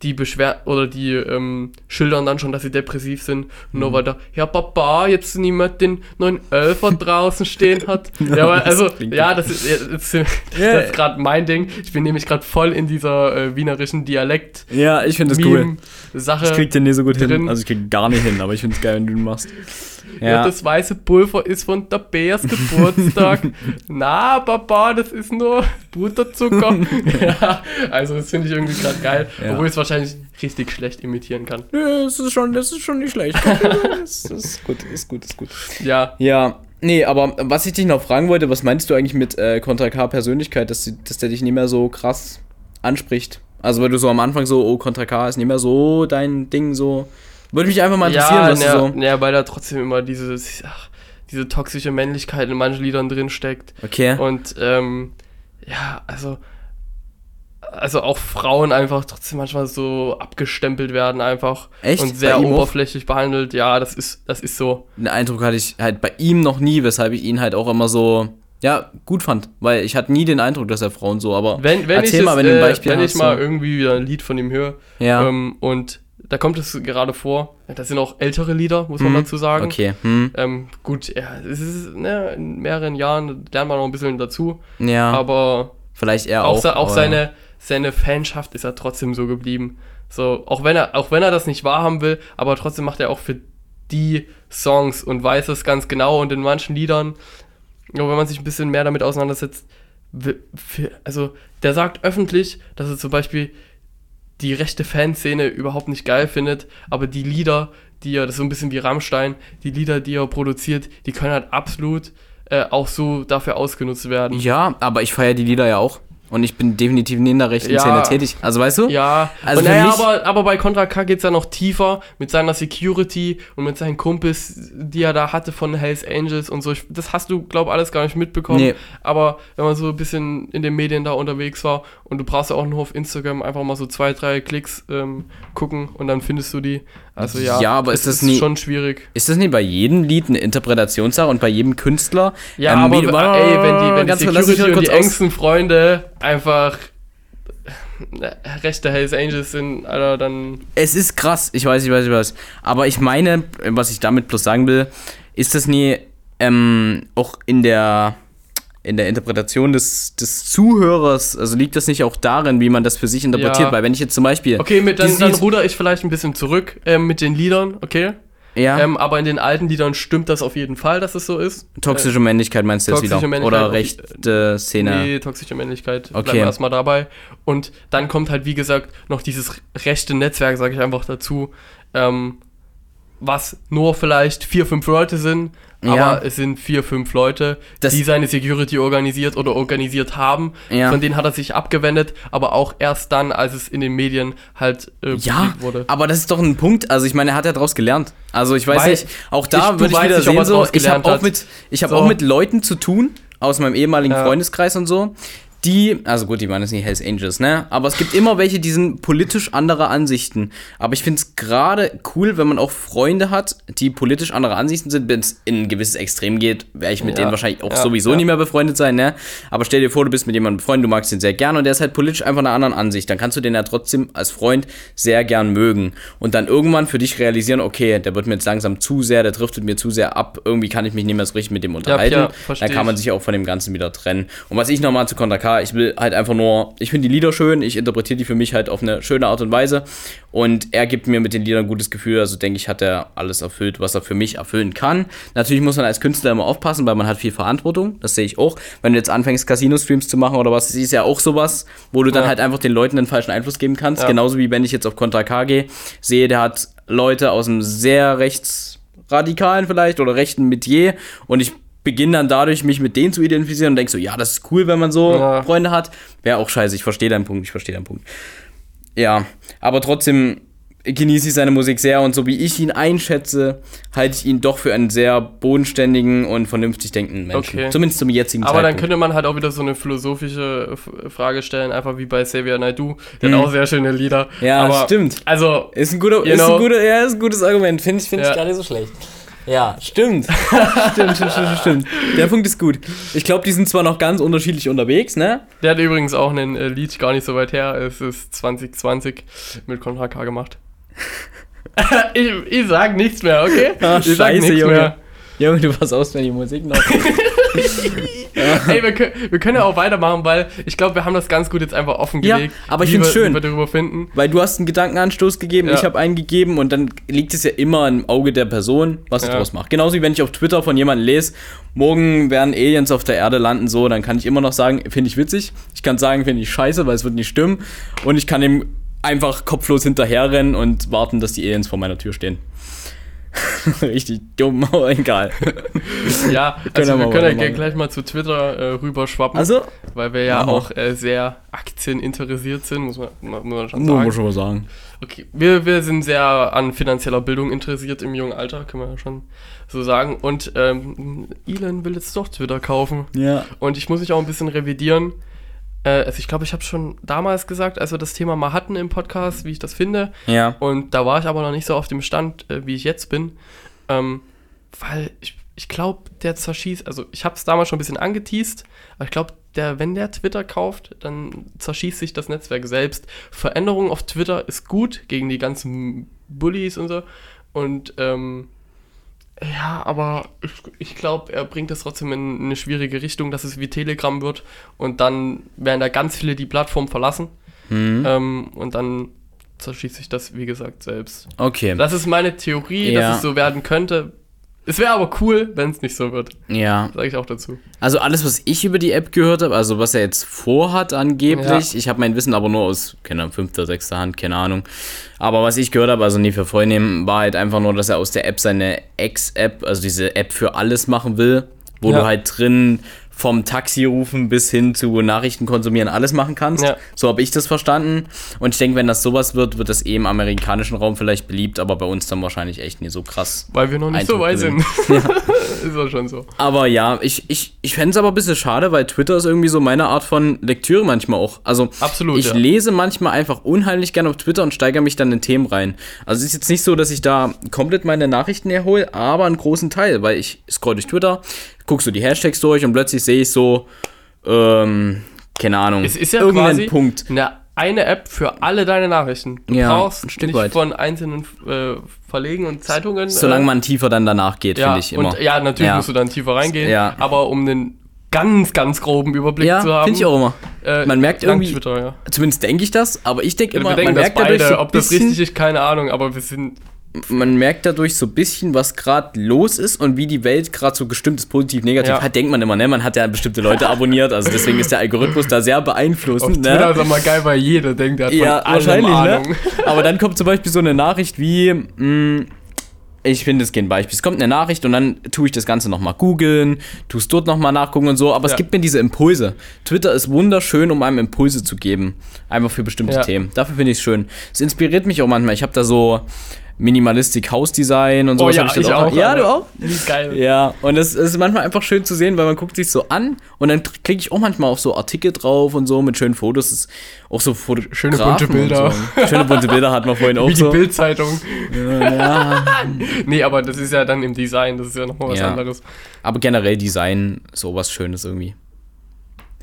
die beschwer oder die ähm, schildern dann schon, dass sie depressiv sind, Mhm. nur weil da, ja Papa, jetzt niemand den 911er draußen stehen hat. ja, aber, das also, klingt ja, das ist, ja, das ist, Ja. das ist gerade mein Ding. Ich bin nämlich gerade voll in dieser äh, wienerischen Dialekt. Ja, ich finde das cool. Ich Sache, krieg den nie so gut hin. drin. Also ich krieg gar nicht hin, aber ich finde es geil, wenn du ihn machst. ja. das weiße Pulver ist von der Bärs Geburtstag. Na, Papa, das ist nur Butterzucker. ja, also das finde ich irgendwie gerade geil, Ja. obwohl ich es wahrscheinlich richtig schlecht imitieren kann. Nö, das ist schon, das ist schon nicht schlecht. das ist gut, ist gut, ist gut. Ja, Ja, nee, aber was ich dich noch fragen wollte, was meinst du eigentlich mit äh, Contra K Persönlichkeit, dass, sie- dass der dich nicht mehr so krass anspricht? Also weil du so am Anfang so, oh, Contra K ist nicht mehr so dein Ding, so. Würde mich einfach mal interessieren, ja, ne, was naja, du so. naja, weil da trotzdem immer dieses, ach, diese toxische Männlichkeit in manchen Liedern drin steckt. Okay. Und ähm, ja, also also auch Frauen einfach trotzdem manchmal so abgestempelt werden einfach Echt? und sehr Bei ihm auch? oberflächlich behandelt. Ja, das ist das ist so. den Eindruck hatte ich halt bei ihm noch nie, weshalb ich ihn halt auch immer so, ja, gut fand. Weil ich hatte nie den Eindruck, dass er Frauen so, aber Wenn, wenn erzähl ich mal, es, wenn du ein äh, Beispiel wenn hast. ich mal so. irgendwie wieder ein Lied von ihm höre Ja. ähm, und da kommt es gerade vor. Das sind auch ältere Lieder, muss man Hm, dazu sagen. Okay. Hm. Ähm, gut, ja, es ist ne, in mehreren Jahren lernt man noch ein bisschen dazu, Ja. aber vielleicht eher auch, auch. oh, se- auch aber- seine, seine Fanschaft ist ja trotzdem so geblieben. So, auch wenn er, auch wenn er das nicht wahrhaben will, aber trotzdem macht er auch für die Songs und weiß es ganz genau und in manchen Liedern, ja, wenn man sich ein bisschen mehr damit auseinandersetzt, wi- fi- also der sagt öffentlich, dass er zum Beispiel die rechte Fanszene überhaupt nicht geil findet, aber die Lieder, die er, das ist so ein bisschen wie Rammstein, die Lieder, die er produziert, die können halt absolut äh, auch so dafür ausgenutzt werden. Ja, aber ich feiere die Lieder ja auch. Und ich bin definitiv in der rechten Ja. Szene tätig. Also weißt du? Ja, Also also für naja, mich- aber, aber bei Contra K geht's ja noch tiefer mit seiner Security und mit seinen Kumpels, die er da hatte von Hells Angels und so. Ich- Das hast du, glaube alles gar nicht mitbekommen. Nee. Aber wenn man so ein bisschen in den Medien da unterwegs war und du brauchst ja auch nur auf Instagram einfach mal so zwei, drei Klicks ähm, gucken und dann findest du die. Also ja, Ja, aber ist das es nie- schon schwierig. Ist das nicht bei jedem Lied eine Interpretationssache und bei jedem Künstler? Ja, Ähm, aber wie- ey, wenn die, wenn die Ganz kurz, lass mich Security und kurz die aus- engsten Freunde einfach äh, rechte Hells Angels sind, Alter, dann... Es ist krass, ich weiß, ich weiß, ich weiß. Aber ich meine, was ich damit bloß sagen will, ist das nie ähm, auch in der, in der Interpretation des, des Zuhörers, also liegt das nicht auch darin, wie man das für sich interpretiert? Ja. Weil wenn ich jetzt zum Beispiel. Okay, mit, dann, dieses dann Lied- ruder ich vielleicht ein bisschen zurück ähm, mit den Liedern, okay? ja, Ähm, aber in den alten Liedern stimmt das auf jeden Fall, dass es so ist. toxische Männlichkeit meinst du jetzt wieder? äh, toxische Männlichkeit Oder auf- rechte Szene. Nee, toxische Männlichkeit. Okay. Bleiben wir erstmal dabei. Und dann kommt halt, wie gesagt, noch dieses rechte Netzwerk, sage ich einfach dazu, ähm, was nur vielleicht vier, fünf Leute sind, aber Ja. es sind vier, fünf Leute, Das- die seine Security organisiert oder organisiert haben. Ja. Von denen hat er sich abgewendet, aber auch erst dann, als es in den Medien halt äh, Ja, publik wurde. aber das ist doch ein Punkt. Also ich meine, er hat ja draus gelernt. Also ich weiß Weil- nicht, auch da Ich- du würde ich weißt wieder nicht, ob sehen, er so, draus ich habe gelernt auch, hat. mit- ich hab So. auch mit Leuten zu tun, aus meinem ehemaligen Ja. Freundeskreis und so, die, also gut, die waren jetzt nicht Hells Angels, ne? Aber es gibt immer welche, die sind politisch andere Ansichten. Aber ich finde es gerade cool, wenn man auch Freunde hat, die politisch andere Ansichten sind. Wenn es in ein gewisses Extrem geht, wäre ich mit Ja. denen wahrscheinlich auch Ja. sowieso Ja. nicht mehr befreundet sein, ne? Aber stell dir vor, du bist mit jemandem befreundet, du magst ihn sehr gern und der ist halt politisch einfach einer anderen Ansicht. Dann kannst du den ja trotzdem als Freund sehr gern mögen. Und dann irgendwann für dich realisieren, okay, der wird mir jetzt langsam zu sehr, der driftet mir zu sehr ab, irgendwie kann ich mich nicht mehr so richtig mit dem unterhalten. ja, versteh dann kann man ich. sich auch von dem Ganzen wieder trennen. Und was ich nochmal zu Contra K, ich will halt einfach nur, ich finde die Lieder schön, ich interpretiere die für mich halt auf eine schöne Art und Weise. Und er gibt mir mit den Liedern ein gutes Gefühl, also denke ich, hat er alles erfüllt, was er für mich erfüllen kann. Natürlich muss man als Künstler immer aufpassen, weil man hat viel Verantwortung, das sehe ich auch. Wenn du jetzt anfängst, Casino-Streams zu machen oder was, das ist ja auch sowas, wo du dann Ja. halt einfach den Leuten den falschen Einfluss geben kannst. Ja. Genauso wie wenn ich jetzt auf Contra K gehe, sehe, der hat Leute aus einem sehr rechtsradikalen vielleicht oder rechten Metier und ich beginne dann dadurch, mich mit denen zu identifizieren und denk so, ja, das ist cool, wenn man so Ja. Freunde hat. Wäre auch scheiße, ich verstehe deinen Punkt, ich verstehe deinen Punkt. Ja, aber trotzdem genieße ich seine Musik sehr und so wie ich ihn einschätze, halte ich ihn doch für einen sehr bodenständigen und vernünftig denkenden Menschen. Okay. Zumindest zum jetzigen Aber dann Zeitpunkt. könnte man halt auch wieder so eine philosophische äh, F- Frage stellen, einfach wie bei Xavier Naidoo. Der Mhm. hat auch sehr schöne Lieder. Ja, aber, stimmt. Also, Ist ein guter, You ist ein know. guter, ja, ist ein gutes Argument. Finde ich, finde ich Ja. gar nicht so schlecht. Ja, stimmt. stimmt, stimmt, stimmt, stimmt. Der Punkt ist gut. Ich glaube, die sind zwar noch ganz unterschiedlich unterwegs, ne? der hat übrigens auch ein äh, Lied gar nicht so weit her. Es ist 2020 mit Contra K gemacht. ich, ich sag nichts mehr, okay? Ah, ich sag scheiße, nichts Junge. Junge, du warst aus, wenn die Musik noch. Ey, wir können, wir können ja auch weitermachen, weil ich glaube, wir haben das ganz gut jetzt einfach offen Ja, gelegt. aber ich wie find's wir- schön. Wie wir darüber finden. Weil du hast einen Gedankenanstoß gegeben, Ja. ich habe einen gegeben und dann liegt es ja immer im Auge der Person, was Ja. du draus machst. Genauso wie wenn ich auf Twitter von jemandem lese, morgen werden Aliens auf der Erde landen, so, dann kann ich immer noch sagen, finde ich witzig. Ich kann sagen, finde ich scheiße, weil es wird nicht stimmen. Und ich kann ihm einfach kopflos hinterherrennen und warten, dass die Aliens vor meiner Tür stehen. Richtig dumm, aber egal. Ja, können also ja mal wir können ja weitermachen. gleich mal zu Twitter äh, rüberschwappen. Also, Weil wir ja Machen wir. auch äh, sehr aktieninteressiert sind, muss man, muss man schon muss man sagen. schon mal sagen. Okay. Wir, wir sind sehr an finanzieller Bildung interessiert im jungen Alter, kann man ja schon so sagen. Und ähm, Elon will jetzt doch Twitter kaufen. Ja. Und ich muss mich auch ein bisschen revidieren. Äh, also ich glaube, ich habe schon damals gesagt, als wir das Thema mal hatten im Podcast, wie ich das finde. Ja. Und da war ich aber noch nicht so auf dem Stand, äh, wie ich jetzt bin. Ähm, weil ich, ich glaube, der zerschießt, also ich habe es damals schon ein bisschen angeteased, aber ich glaube, der, wenn der Twitter kauft, dann zerschießt sich das Netzwerk selbst. Veränderung auf Twitter ist gut gegen die ganzen Bullies und so. Und ähm, ja, aber ich, ich glaube, er bringt das trotzdem in eine schwierige Richtung, dass es wie Telegram wird und dann werden da ganz viele die Plattform verlassen Hm. ähm, und dann zerschießt sich das, wie gesagt, selbst. Okay. Das ist meine Theorie, Ja. dass es so werden könnte. Es wäre aber cool, wenn es nicht so wird, ja. sage ich auch dazu. Also alles, was ich über die App gehört habe, also was er jetzt vorhat angeblich, ich habe mein Wissen aber nur aus, keine Ahnung, fünfter, sechster Hand, keine Ahnung. Aber was ich gehört habe, also nie für voll nehmen, war halt einfach nur, dass er aus der App seine Ex-App, also diese App für alles machen will, wo Ja. du halt drin vom Taxi rufen bis hin zu Nachrichten konsumieren alles machen kannst. Ja. So habe ich das verstanden. Und ich denke, wenn das sowas wird, wird das eh im amerikanischen Raum vielleicht beliebt, aber bei uns dann wahrscheinlich echt nie so krass. Weil wir noch nicht so Eindruck weit sind. gewinnen. ist auch schon so. Aber ja, ich, ich, ich fände es aber ein bisschen schade, weil Twitter ist irgendwie so meine Art von Lektüre manchmal auch. Also Absolut, ich ja. lese manchmal einfach unheimlich gerne auf Twitter und steigere mich dann in Themen rein. Also es ist jetzt nicht so, dass ich da komplett meine Nachrichten erhole, aber einen großen Teil, weil ich scroll durch Twitter, guck so die Hashtags durch und plötzlich sehe ich so, ähm, keine Ahnung, Es ist ja irgendeinen quasi äh, Punkt. Eine, eine App für alle deine Nachrichten. Du Ja, brauchst ein Stück nicht weit. von einzelnen äh, Verlegen und Zeitungen. Solange äh, man tiefer dann danach geht, ja, finde ich immer. Und, ja, natürlich Ja. musst du dann tiefer reingehen, Ja. aber um einen ganz, ganz groben Überblick ja, zu haben. finde ich auch immer. äh, Man merkt dank irgendwie- Twitter, ja. Zumindest denke ich das, aber ich denke Wir immer, denken man das merkt dadurch beide, so ein ob das bisschen- richtig ist, keine Ahnung, aber wir sind man merkt dadurch so ein bisschen, was gerade los ist und wie die Welt gerade so gestimmt ist, positiv, negativ. Ja. Hat, denkt man immer, ne? Man hat ja bestimmte Leute abonniert, also deswegen ist der Algorithmus da sehr auf beeinflussend, Twitter ne? ist mal geil, weil jeder denkt, der hat Ja, von allem wahrscheinlich, Ahnung. ne? Aber dann kommt zum Beispiel so eine Nachricht wie, mh, ich finde, es geht ein Beispiel. Es kommt eine Nachricht und dann tue ich das Ganze nochmal googeln, tue es dort nochmal nachgucken und so, aber Ja. es gibt mir diese Impulse. Twitter ist wunderschön, um einem Impulse zu geben. Einfach für bestimmte Ja. Themen. Dafür finde ich es schön. Es inspiriert mich auch manchmal. Ich habe da so Minimalistik Hausdesign und Oh sowas. ja, hab ich dann auch. Ja, du aber- auch? Wie geil. Ja, und es ist manchmal einfach schön zu sehen, weil man guckt sich so an und dann klicke ich auch manchmal auf so Artikel drauf und so mit schönen Fotos. Das ist auch so Foto Schöne bunte Bilder. So. Schöne bunte Bilder hatten wir vorhin auch Wie die so. Bildzeitung. Ja. Nee, aber das ist ja dann im Design, das ist ja nochmal was Ja. anderes. Aber generell Design, sowas Schönes irgendwie.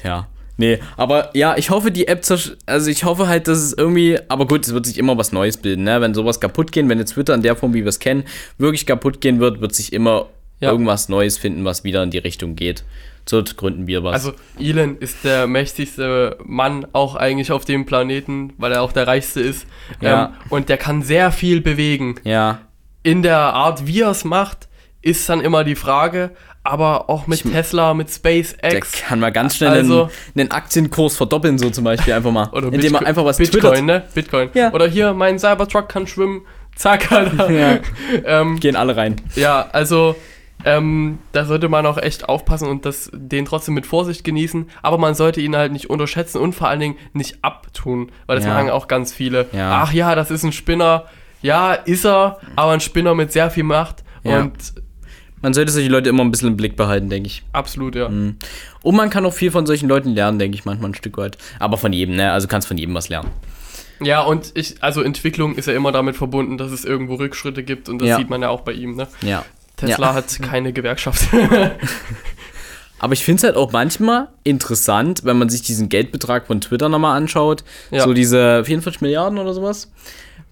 Ja. Nee, aber ja, ich hoffe, die App, zersch- also ich hoffe halt, dass es irgendwie, aber gut, es wird sich immer was Neues bilden, ne? Wenn sowas kaputt gehen, wenn jetzt Twitter in der Form, wie wir es kennen, wirklich kaputt gehen wird, wird sich immer Ja. irgendwas Neues finden, was wieder in die Richtung geht. So gründen wir was. Also Elon ist der mächtigste Mann auch eigentlich auf dem Planeten, weil er auch der reichste ist. Ja. Ähm, und der kann sehr viel bewegen. ja. In der Art, wie er es macht, ist dann immer die Frage, aber auch mit Tesla, mit Der SpaceX kann mal ganz schnell Also- einen, einen Aktienkurs verdoppeln, so zum Beispiel einfach mal. oder indem man Bitco- einfach was Bitcoin, ne? Bitcoin. Ja. Oder hier, mein Cybertruck kann schwimmen. Zack, Alter. Ja. ähm, Gehen alle rein. Ja, also ähm, da sollte man auch echt aufpassen und das, den trotzdem mit Vorsicht genießen. Aber man sollte ihn halt nicht unterschätzen und vor allen Dingen nicht abtun, weil das Ja. machen auch ganz viele. Ja. Ach ja, das ist ein Spinner. Ja, ist er, aber ein Spinner mit sehr viel Macht. Ja. Und Man sollte solche Leute immer ein bisschen im Blick behalten, denke ich. absolut, ja. Mhm. Und man kann auch viel von solchen Leuten lernen, denke ich manchmal ein Stück weit. Aber von jedem, ne? Also kannst von jedem was lernen. Ja, und ich, also Entwicklung ist ja immer damit verbunden, dass es irgendwo Rückschritte gibt und das Ja. sieht man ja auch bei ihm, ne? Ja. Tesla Ja. Mhm. hat keine Gewerkschaft. Aber ich finde es halt auch manchmal interessant, wenn man sich diesen Geldbetrag von Twitter nochmal anschaut. Ja. So diese 44 Milliarden oder sowas.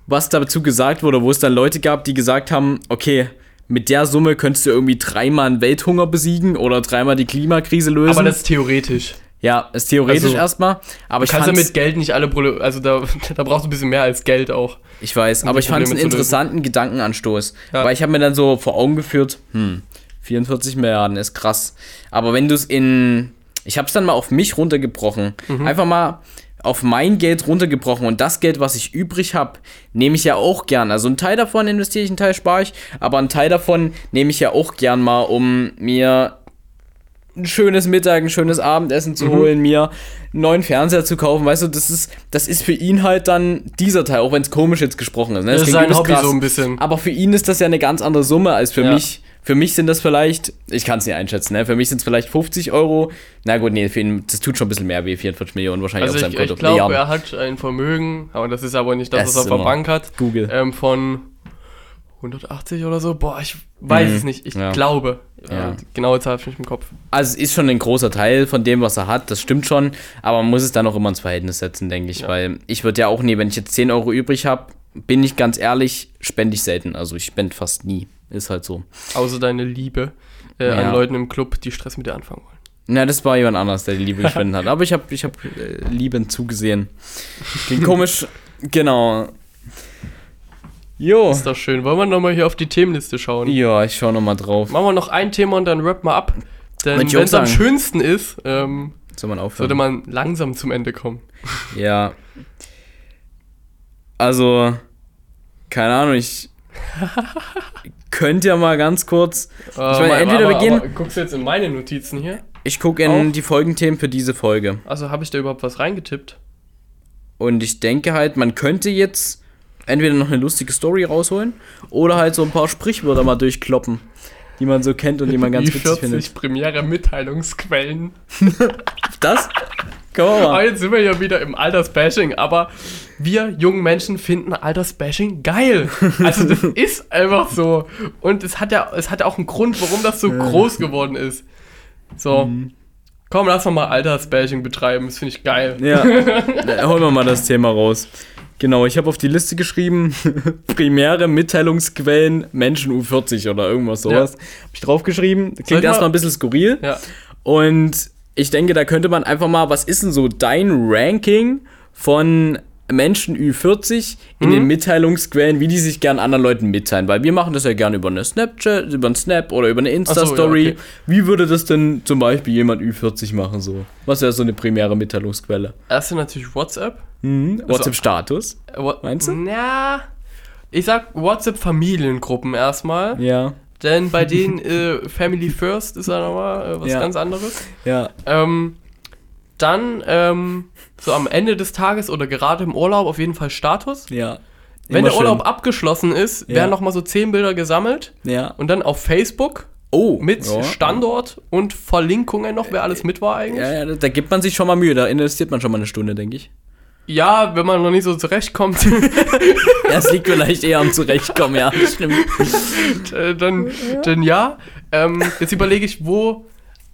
Was dazu gesagt wurde, wo es dann Leute gab, die gesagt haben, okay, mit der Summe könntest du irgendwie dreimal einen Welthunger besiegen oder dreimal die Klimakrise lösen. aber das ist theoretisch. ja, ist theoretisch Also, erstmal. Aber ich Kannst du fand's- mit Geld nicht alle Probleme, also da, da brauchst du ein bisschen mehr als Geld auch. Ich weiß, aber die ich fand es einen Probleme zu lösen. interessanten Gedankenanstoß. Ja. Weil ich habe mir dann so vor Augen geführt, hm, 44 Milliarden ist krass. Aber wenn du es in. Ich habe es dann mal auf mich runtergebrochen. Mhm. Einfach mal auf mein Geld runtergebrochen und das Geld, was ich übrig habe, nehme ich ja auch gern. Also einen Teil davon investiere ich, einen Teil spare ich, aber einen Teil davon nehme ich ja auch gern mal, um mir ein schönes Mittag, ein schönes Abendessen Mhm. zu holen, mir einen neuen Fernseher zu kaufen, weißt du, das ist, das ist für ihn halt dann dieser Teil, auch wenn es komisch jetzt gesprochen ist. Ne? Das, ist klingt sein übelst Hobby krass. so ein bisschen. Aber für ihn ist das ja eine ganz andere Summe als für Ja. mich. Für mich sind das vielleicht, ich kann es nicht einschätzen, ne? für mich sind es vielleicht 50 Euro. Na gut, nee, für ihn, das tut schon ein bisschen mehr wie 44 Millionen wahrscheinlich Also auf ich, seinem Konto. ich glaube, Milliarden. er hat ein Vermögen, aber das ist aber nicht das, Das was er ist von immer Bank hat, Google. ähm, von 180 oder so. Boah, ich weiß Mhm. es nicht. Ich Ja. glaube. Ja. Äh, Genaue Zahl habe ich nicht im Kopf. Also es ist schon ein großer Teil von dem, was er hat, das stimmt schon, aber man muss es dann auch immer ins Verhältnis setzen, denke ich, Ja. weil ich würde ja auch nie, wenn ich jetzt 10 Euro übrig habe, bin ich ganz ehrlich, spende ich selten. Also ich spende fast nie. Ist halt so. Außer deine Liebe äh, Ja. an Leuten im Club, die Stress mit dir anfangen wollen. Na, das war jemand anders, der die Liebe gespendet hat. Aber ich habe ich hab, äh, liebend zugesehen. Klingt komisch. Genau. Jo. Ist doch schön. Wollen wir nochmal hier auf die Themenliste schauen? Ja, ich schau nochmal drauf. Machen wir noch ein Thema und dann rap mal ab. Denn Wollte ich wenn auch es am sagen. schönsten ist, ähm, Soll man aufhören? sollte man langsam zum Ende kommen. Ja. Also, keine Ahnung, ich könnte ja mal ganz kurz. Ich meine, entweder wir gehen- guckst du jetzt in meine Notizen hier? Ich gucke in Auf. die Folgenthemen für diese Folge. Also habe ich da überhaupt was reingetippt? Und ich denke halt, man könnte jetzt entweder noch eine lustige Story rausholen oder halt so ein paar Sprichwörter mal durchkloppen, die man so kennt und die man ganz Die witzig findet. Premiere Mitteilungsquellen. Das? Komm mal. Aber jetzt sind wir ja wieder im Altersbashing, aber wir jungen Menschen finden Altersbashing geil. Also das ist einfach so. Und es hat ja, es hat auch einen Grund, warum das so groß geworden ist. So. Mhm. Komm, lass noch mal Altersbashing betreiben, das finde ich geil. Ja, Da holen wir mal das Thema raus. Genau, ich habe auf die Liste geschrieben, primäre Mitteilungsquellen Menschen U40 oder irgendwas sowas. Habe ich draufgeschrieben. Soll ich Klingt erstmal mal- ein bisschen skurril. Ja. Und ich denke, da könnte man einfach mal, was ist denn so dein Ranking von Menschen Ü40 in Mhm. den Mitteilungsquellen, wie die sich gern anderen Leuten mitteilen? Weil wir machen das ja gerne über eine Snapchat, über einen Snap oder über eine Insta-Story. ja, okay. Wie würde das denn zum Beispiel jemand Ü40 machen so? Was wäre so eine primäre Mitteilungsquelle? Erste natürlich WhatsApp. WhatsApp-Status? Äh, What Meinst du? Na, ich sag WhatsApp-Familiengruppen erstmal, Ja. denn bei denen äh, Family First ist ja nochmal äh, was Ja. ganz anderes. Ja. Ähm, dann ähm, so am Ende des Tages oder gerade im Urlaub auf jeden Fall Status. Ja. Wenn Immer der Urlaub abgeschlossen ist, Ja. werden nochmal so 10 Bilder gesammelt schön. Ja. und dann auf Facebook Oh. mit ja. Standort und Verlinkungen noch, wer alles mit war eigentlich. Ja, ja, da gibt man sich schon mal Mühe, da investiert man schon mal eine Stunde, denke ich. Ja, wenn man noch nicht so zurechtkommt, Das liegt vielleicht eher am Zurechtkommen, ja. Stimmt. äh, dann, dann ja. Ähm, jetzt überlege ich, wo.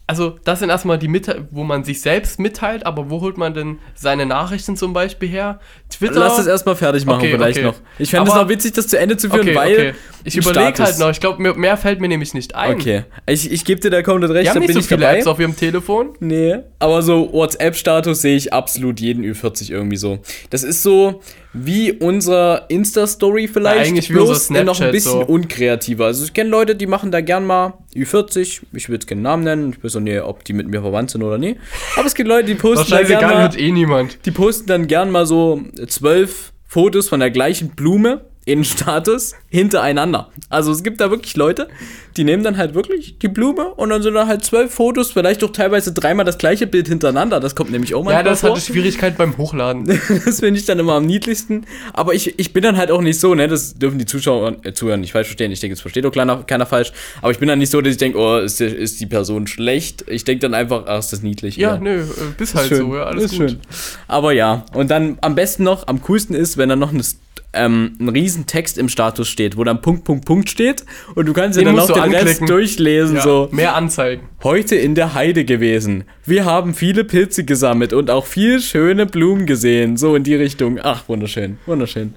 Also, das sind erstmal die Mitte, wo man sich selbst mitteilt, aber wo holt man denn seine Nachrichten zum Beispiel her? Twitter. Lass das erstmal fertig machen, Okay, vielleicht okay. noch. Ich fände es Aber- noch witzig, das zu Ende zu führen, okay, weil. okay. Ich überlege Status. halt noch. Ich glaube, mehr fällt mir nämlich nicht ein. Okay, ich, ich gebe dir da komplett recht, Wir da haben bin nicht so ich viele dabei. Apps auf ihrem Telefon. Nee, aber so WhatsApp-Status sehe ich absolut jeden Ü40 irgendwie so. Das ist so wie unsere Insta-Story vielleicht, eigentlich wie bloß unser noch ein Snapchat bisschen so. unkreativer. Also ich kenne Leute, die machen da gern mal Ü40, ich will jetzt keinen Namen nennen, ich weiß auch nicht, ob die mit mir verwandt sind oder nie. Aber es gibt Leute, die posten da gerne mal, hört eh niemand. die posten dann gern mal so zwölf Fotos von der gleichen Blume in Status hintereinander. Also es gibt da wirklich Leute, die nehmen dann halt wirklich die Blume und dann sind da halt zwölf Fotos, vielleicht auch teilweise dreimal das gleiche Bild hintereinander. Das kommt nämlich auch mal Ja, das hatte Schwierigkeit beim Hochladen. das finde ich dann immer am niedlichsten. Aber ich, ich bin dann halt auch nicht so, ne? Das dürfen die Zuschauer äh, zuhören nicht falsch verstehen. Ich denke, das versteht auch keiner, keiner falsch. Aber ich bin dann nicht so, dass ich denke, oh, ist, der- ist die Person schlecht. Ich denke dann einfach, ach, ist das niedlich. Ja, oder? nö, äh, bis halt so, ja, alles ist gut. schön. Aber ja, und dann am besten noch, am coolsten ist, wenn dann noch eine, St- ähm, ein riesen Text im Status steht, wo dann Punkt, Punkt, Punkt steht und du kannst dir Den dann auch musst den du Rest anklicken. durchlesen. Ja, So, Mehr Anzeigen. heute in der Heide gewesen. Wir haben viele Pilze gesammelt und auch viel schöne Blumen gesehen. So in die Richtung. Ach, wunderschön, wunderschön.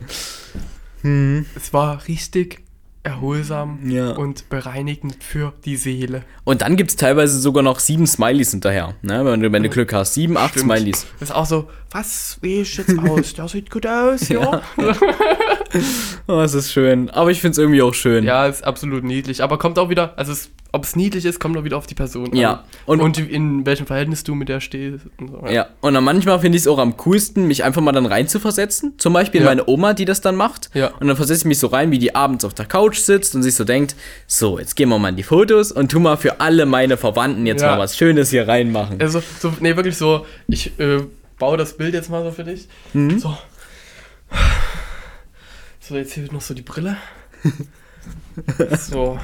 Es war richtig erholsam Ja. und bereinigend für die Seele. Und dann gibt es teilweise sogar noch sieben Smileys hinterher, ne? wenn, du, wenn du Glück hast. Sieben, acht Oh, Stimmt. Smileys. Das ist auch so, was sehe ich jetzt aus? Der sieht gut aus, ja. Oh, das ist schön. Aber ich finde es irgendwie auch schön. Ja, ist absolut niedlich. Aber kommt auch wieder, also es, ob es niedlich ist, kommt auch wieder auf die Person an. Ja. Und, Und- in welchem Verhältnis du mit der stehst. Und so. Ja, und dann manchmal finde ich es auch am coolsten, mich einfach mal dann reinzuversetzen. Zum Beispiel Ja. meine Oma, die das dann macht. Ja. Und dann versetze ich mich so rein, wie die abends auf der Couch sitzt und sich so denkt, so, jetzt gehen wir mal in die Fotos und tu mal für alle meine Verwandten jetzt Ja. mal was Schönes hier reinmachen. Also, so, nee, wirklich so, ich äh, baue das Bild jetzt mal so für dich. Mhm. So. So, jetzt hier noch so die Brille. so.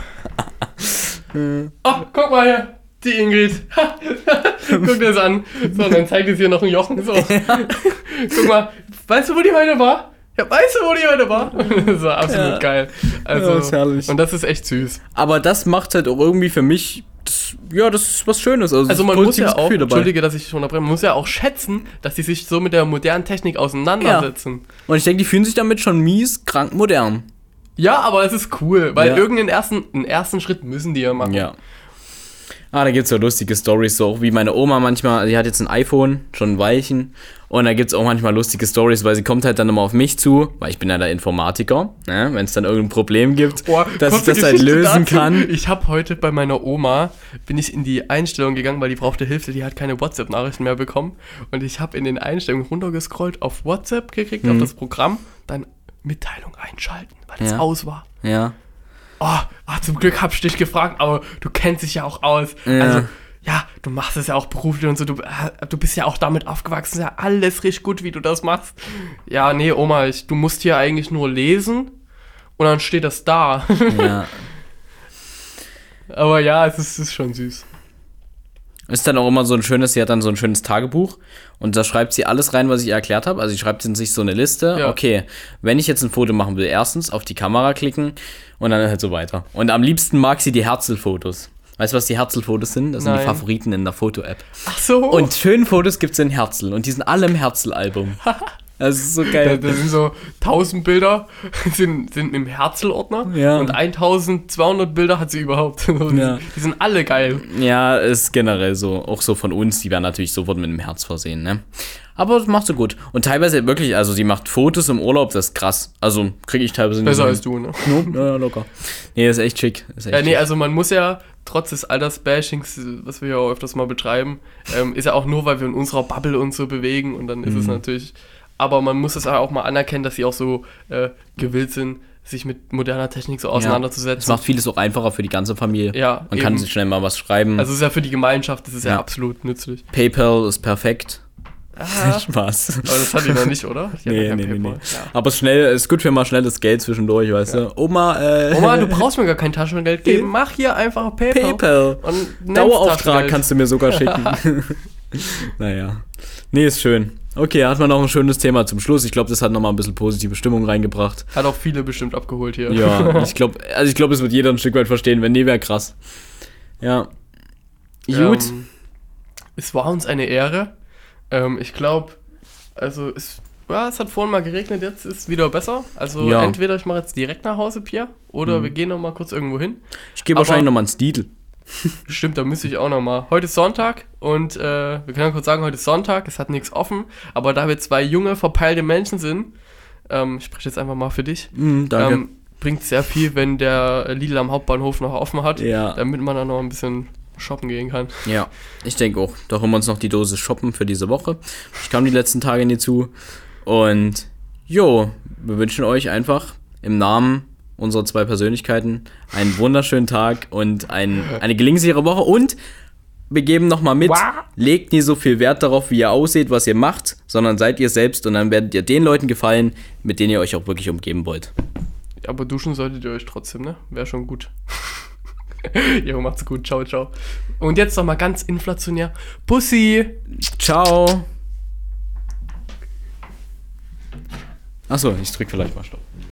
Ach, guck mal hier. Die Ingrid. Guck dir das an. So, und dann zeigt es hier noch ein Jochen. So. Guck mal, weißt du, wo die heute war? Ja, weißt du, wo die heute war? das war absolut Ja. geil. Also, Ja, ist herrlich. und das ist echt süß. Aber das macht halt auch irgendwie für mich das, ja, das ist was Schönes. Also, Also ein man muss ja positives auch, Gefühl entschuldige, dass ich schon unterbreche, man muss ja auch schätzen, dass die sich so mit der modernen Technik auseinandersetzen. Und ich denke, die fühlen sich damit schon mies, krank, modern. Ja, aber es ist cool, weil Ja. irgendeinen ersten, einen ersten Schritt müssen die ja machen. Ja. Ah, da gibt's ja lustige Stories, so wie meine Oma manchmal, die hat jetzt ein iPhone, schon ein Weilchen. Und da gibt's auch manchmal lustige Stories, weil sie kommt halt dann immer auf mich zu, weil ich bin ja der Informatiker, ne? wenn es dann irgendein Problem gibt, Boah, dass ich kurze das halt Geschichte lösen dazu. kann. Ich habe heute bei meiner Oma, bin ich in die Einstellung gegangen, weil die brauchte Hilfe, die hat keine WhatsApp-Nachrichten mehr bekommen. Und ich habe in den Einstellungen runtergescrollt, auf WhatsApp geklickt, auf das Programm, dann Mitteilung einschalten, weil es Mhm. Ja. aus war. Ja. Oh, ah, zum Glück hab ich dich gefragt, aber du kennst dich ja auch aus. Ja. Also, ja, du machst es ja auch beruflich und so. Du, äh, du bist ja auch damit aufgewachsen. Ist ja alles richtig gut, wie du das machst. Ja, nee, Oma, ich, du musst hier eigentlich nur lesen und dann steht das da. ja. aber ja, es ist, es ist schon süß. Ist dann auch immer so ein schönes, sie hat dann so ein schönes Tagebuch und da schreibt sie alles rein, was ich ihr erklärt habe. Also sie schreibt in sich so eine Liste. Ja. Okay, wenn ich jetzt ein Foto machen will, erstens auf die Kamera klicken und dann halt so weiter. Und am liebsten mag sie die Herzl-Fotos. Weißt du, was die Herzl-Fotos sind? Das sind die Nein. Favoriten in der Foto-App. Ach so. Und schönen Fotos gibt's in Herzl und die sind alle im Herzl-Album. Das ist so da, geil. äh, da sind so 1000 Bilder, sind, sind im Herzl-Ordner Ja. und 1200 Bilder hat sie überhaupt. Die, Ja. die sind alle geil. Ja, ist generell so. Auch so von uns, die werden natürlich sofort mit einem Herz versehen, ne? Aber das macht sie gut. Und teilweise wirklich, also sie macht Fotos im Urlaub, das ist krass. Also kriege ich teilweise Besser hin. als du, ne? Nope. Ja, locker. Nee, ist echt schick. Ist echt Äh, nee, schick. also man muss ja trotz des Altersbashings, was wir ja auch öfters mal betreiben, ähm, ist ja auch nur, weil wir in unserer Bubble uns so bewegen und dann ist Mhm. es natürlich. Aber man muss es auch mal anerkennen, dass sie auch so äh, gewillt sind, sich mit moderner Technik so Es auseinanderzusetzen. macht vieles auch einfacher für die ganze Familie. Ja, Man kann eben. sich schnell mal was schreiben. also es ist ja für die Gemeinschaft, das ist ja, Ja. absolut nützlich. PayPal ist perfekt. Ah, Spaß. aber das hat die noch nicht, oder? Die hat ja Nee, kein nee, nee, nee. PayPal. Ja. Aber schnell, ist gut für mal schnelles Geld zwischendurch, weißt du? Oma, äh. Oma, du brauchst mir gar kein Taschengeld geben. Mach hier einfach PayPal. PayPal. Und nenn's Dauerauftrag Taschengeld. kannst du mir sogar schicken. naja. Nee, ist schön. Okay, hat man noch ein schönes Thema zum Schluss. Ich glaube, das hat nochmal ein bisschen positive Stimmung reingebracht. Hat auch viele bestimmt abgeholt hier. Ja, ich glaube, also ich glaube, es wird jeder ein Stück weit verstehen. Wenn nee, wäre krass. Ja. Gut. Ähm, es war uns eine Ehre. Ähm, ich glaube, also es, ja, es hat vorhin mal geregnet, jetzt ist wieder besser. Also Ja. Mhm. entweder ich mache jetzt direkt nach Hause, Pia, oder wir gehen noch mal kurz irgendwo hin. ich gehe aber- wahrscheinlich nochmal ins Titel. Stimmt, da müsste ich auch noch mal. Heute ist Sonntag und äh, wir können ja kurz sagen, heute ist Sonntag, es hat nichts offen. Aber da wir zwei junge, verpeilte Menschen sind, ähm, ich spreche jetzt einfach mal für dich, Mhm, danke. ähm, bringt sehr viel, wenn der Lidl am Hauptbahnhof noch offen hat, Ja. damit man dann noch ein bisschen shoppen gehen kann. ja, ich denke auch. Da holen wir uns noch die Dose Shoppen für diese Woche. Ich kam die letzten Tage nie zu. Und jo, wir wünschen euch einfach im Namen unserer zwei Persönlichkeiten einen wunderschönen Tag und ein, eine gelingensichere Woche. Und wir geben nochmal mit, Wah! legt nie so viel Wert darauf, wie ihr ausseht, was ihr macht, sondern seid ihr selbst und dann werdet ihr den Leuten gefallen, mit denen ihr euch auch wirklich umgeben wollt. Aber duschen solltet ihr euch trotzdem, ne? Wäre schon gut. jo, macht's gut. Ciao, ciao. Und jetzt nochmal ganz inflationär. Pussy! Ciao. Achso, ich drück vielleicht mal Stopp.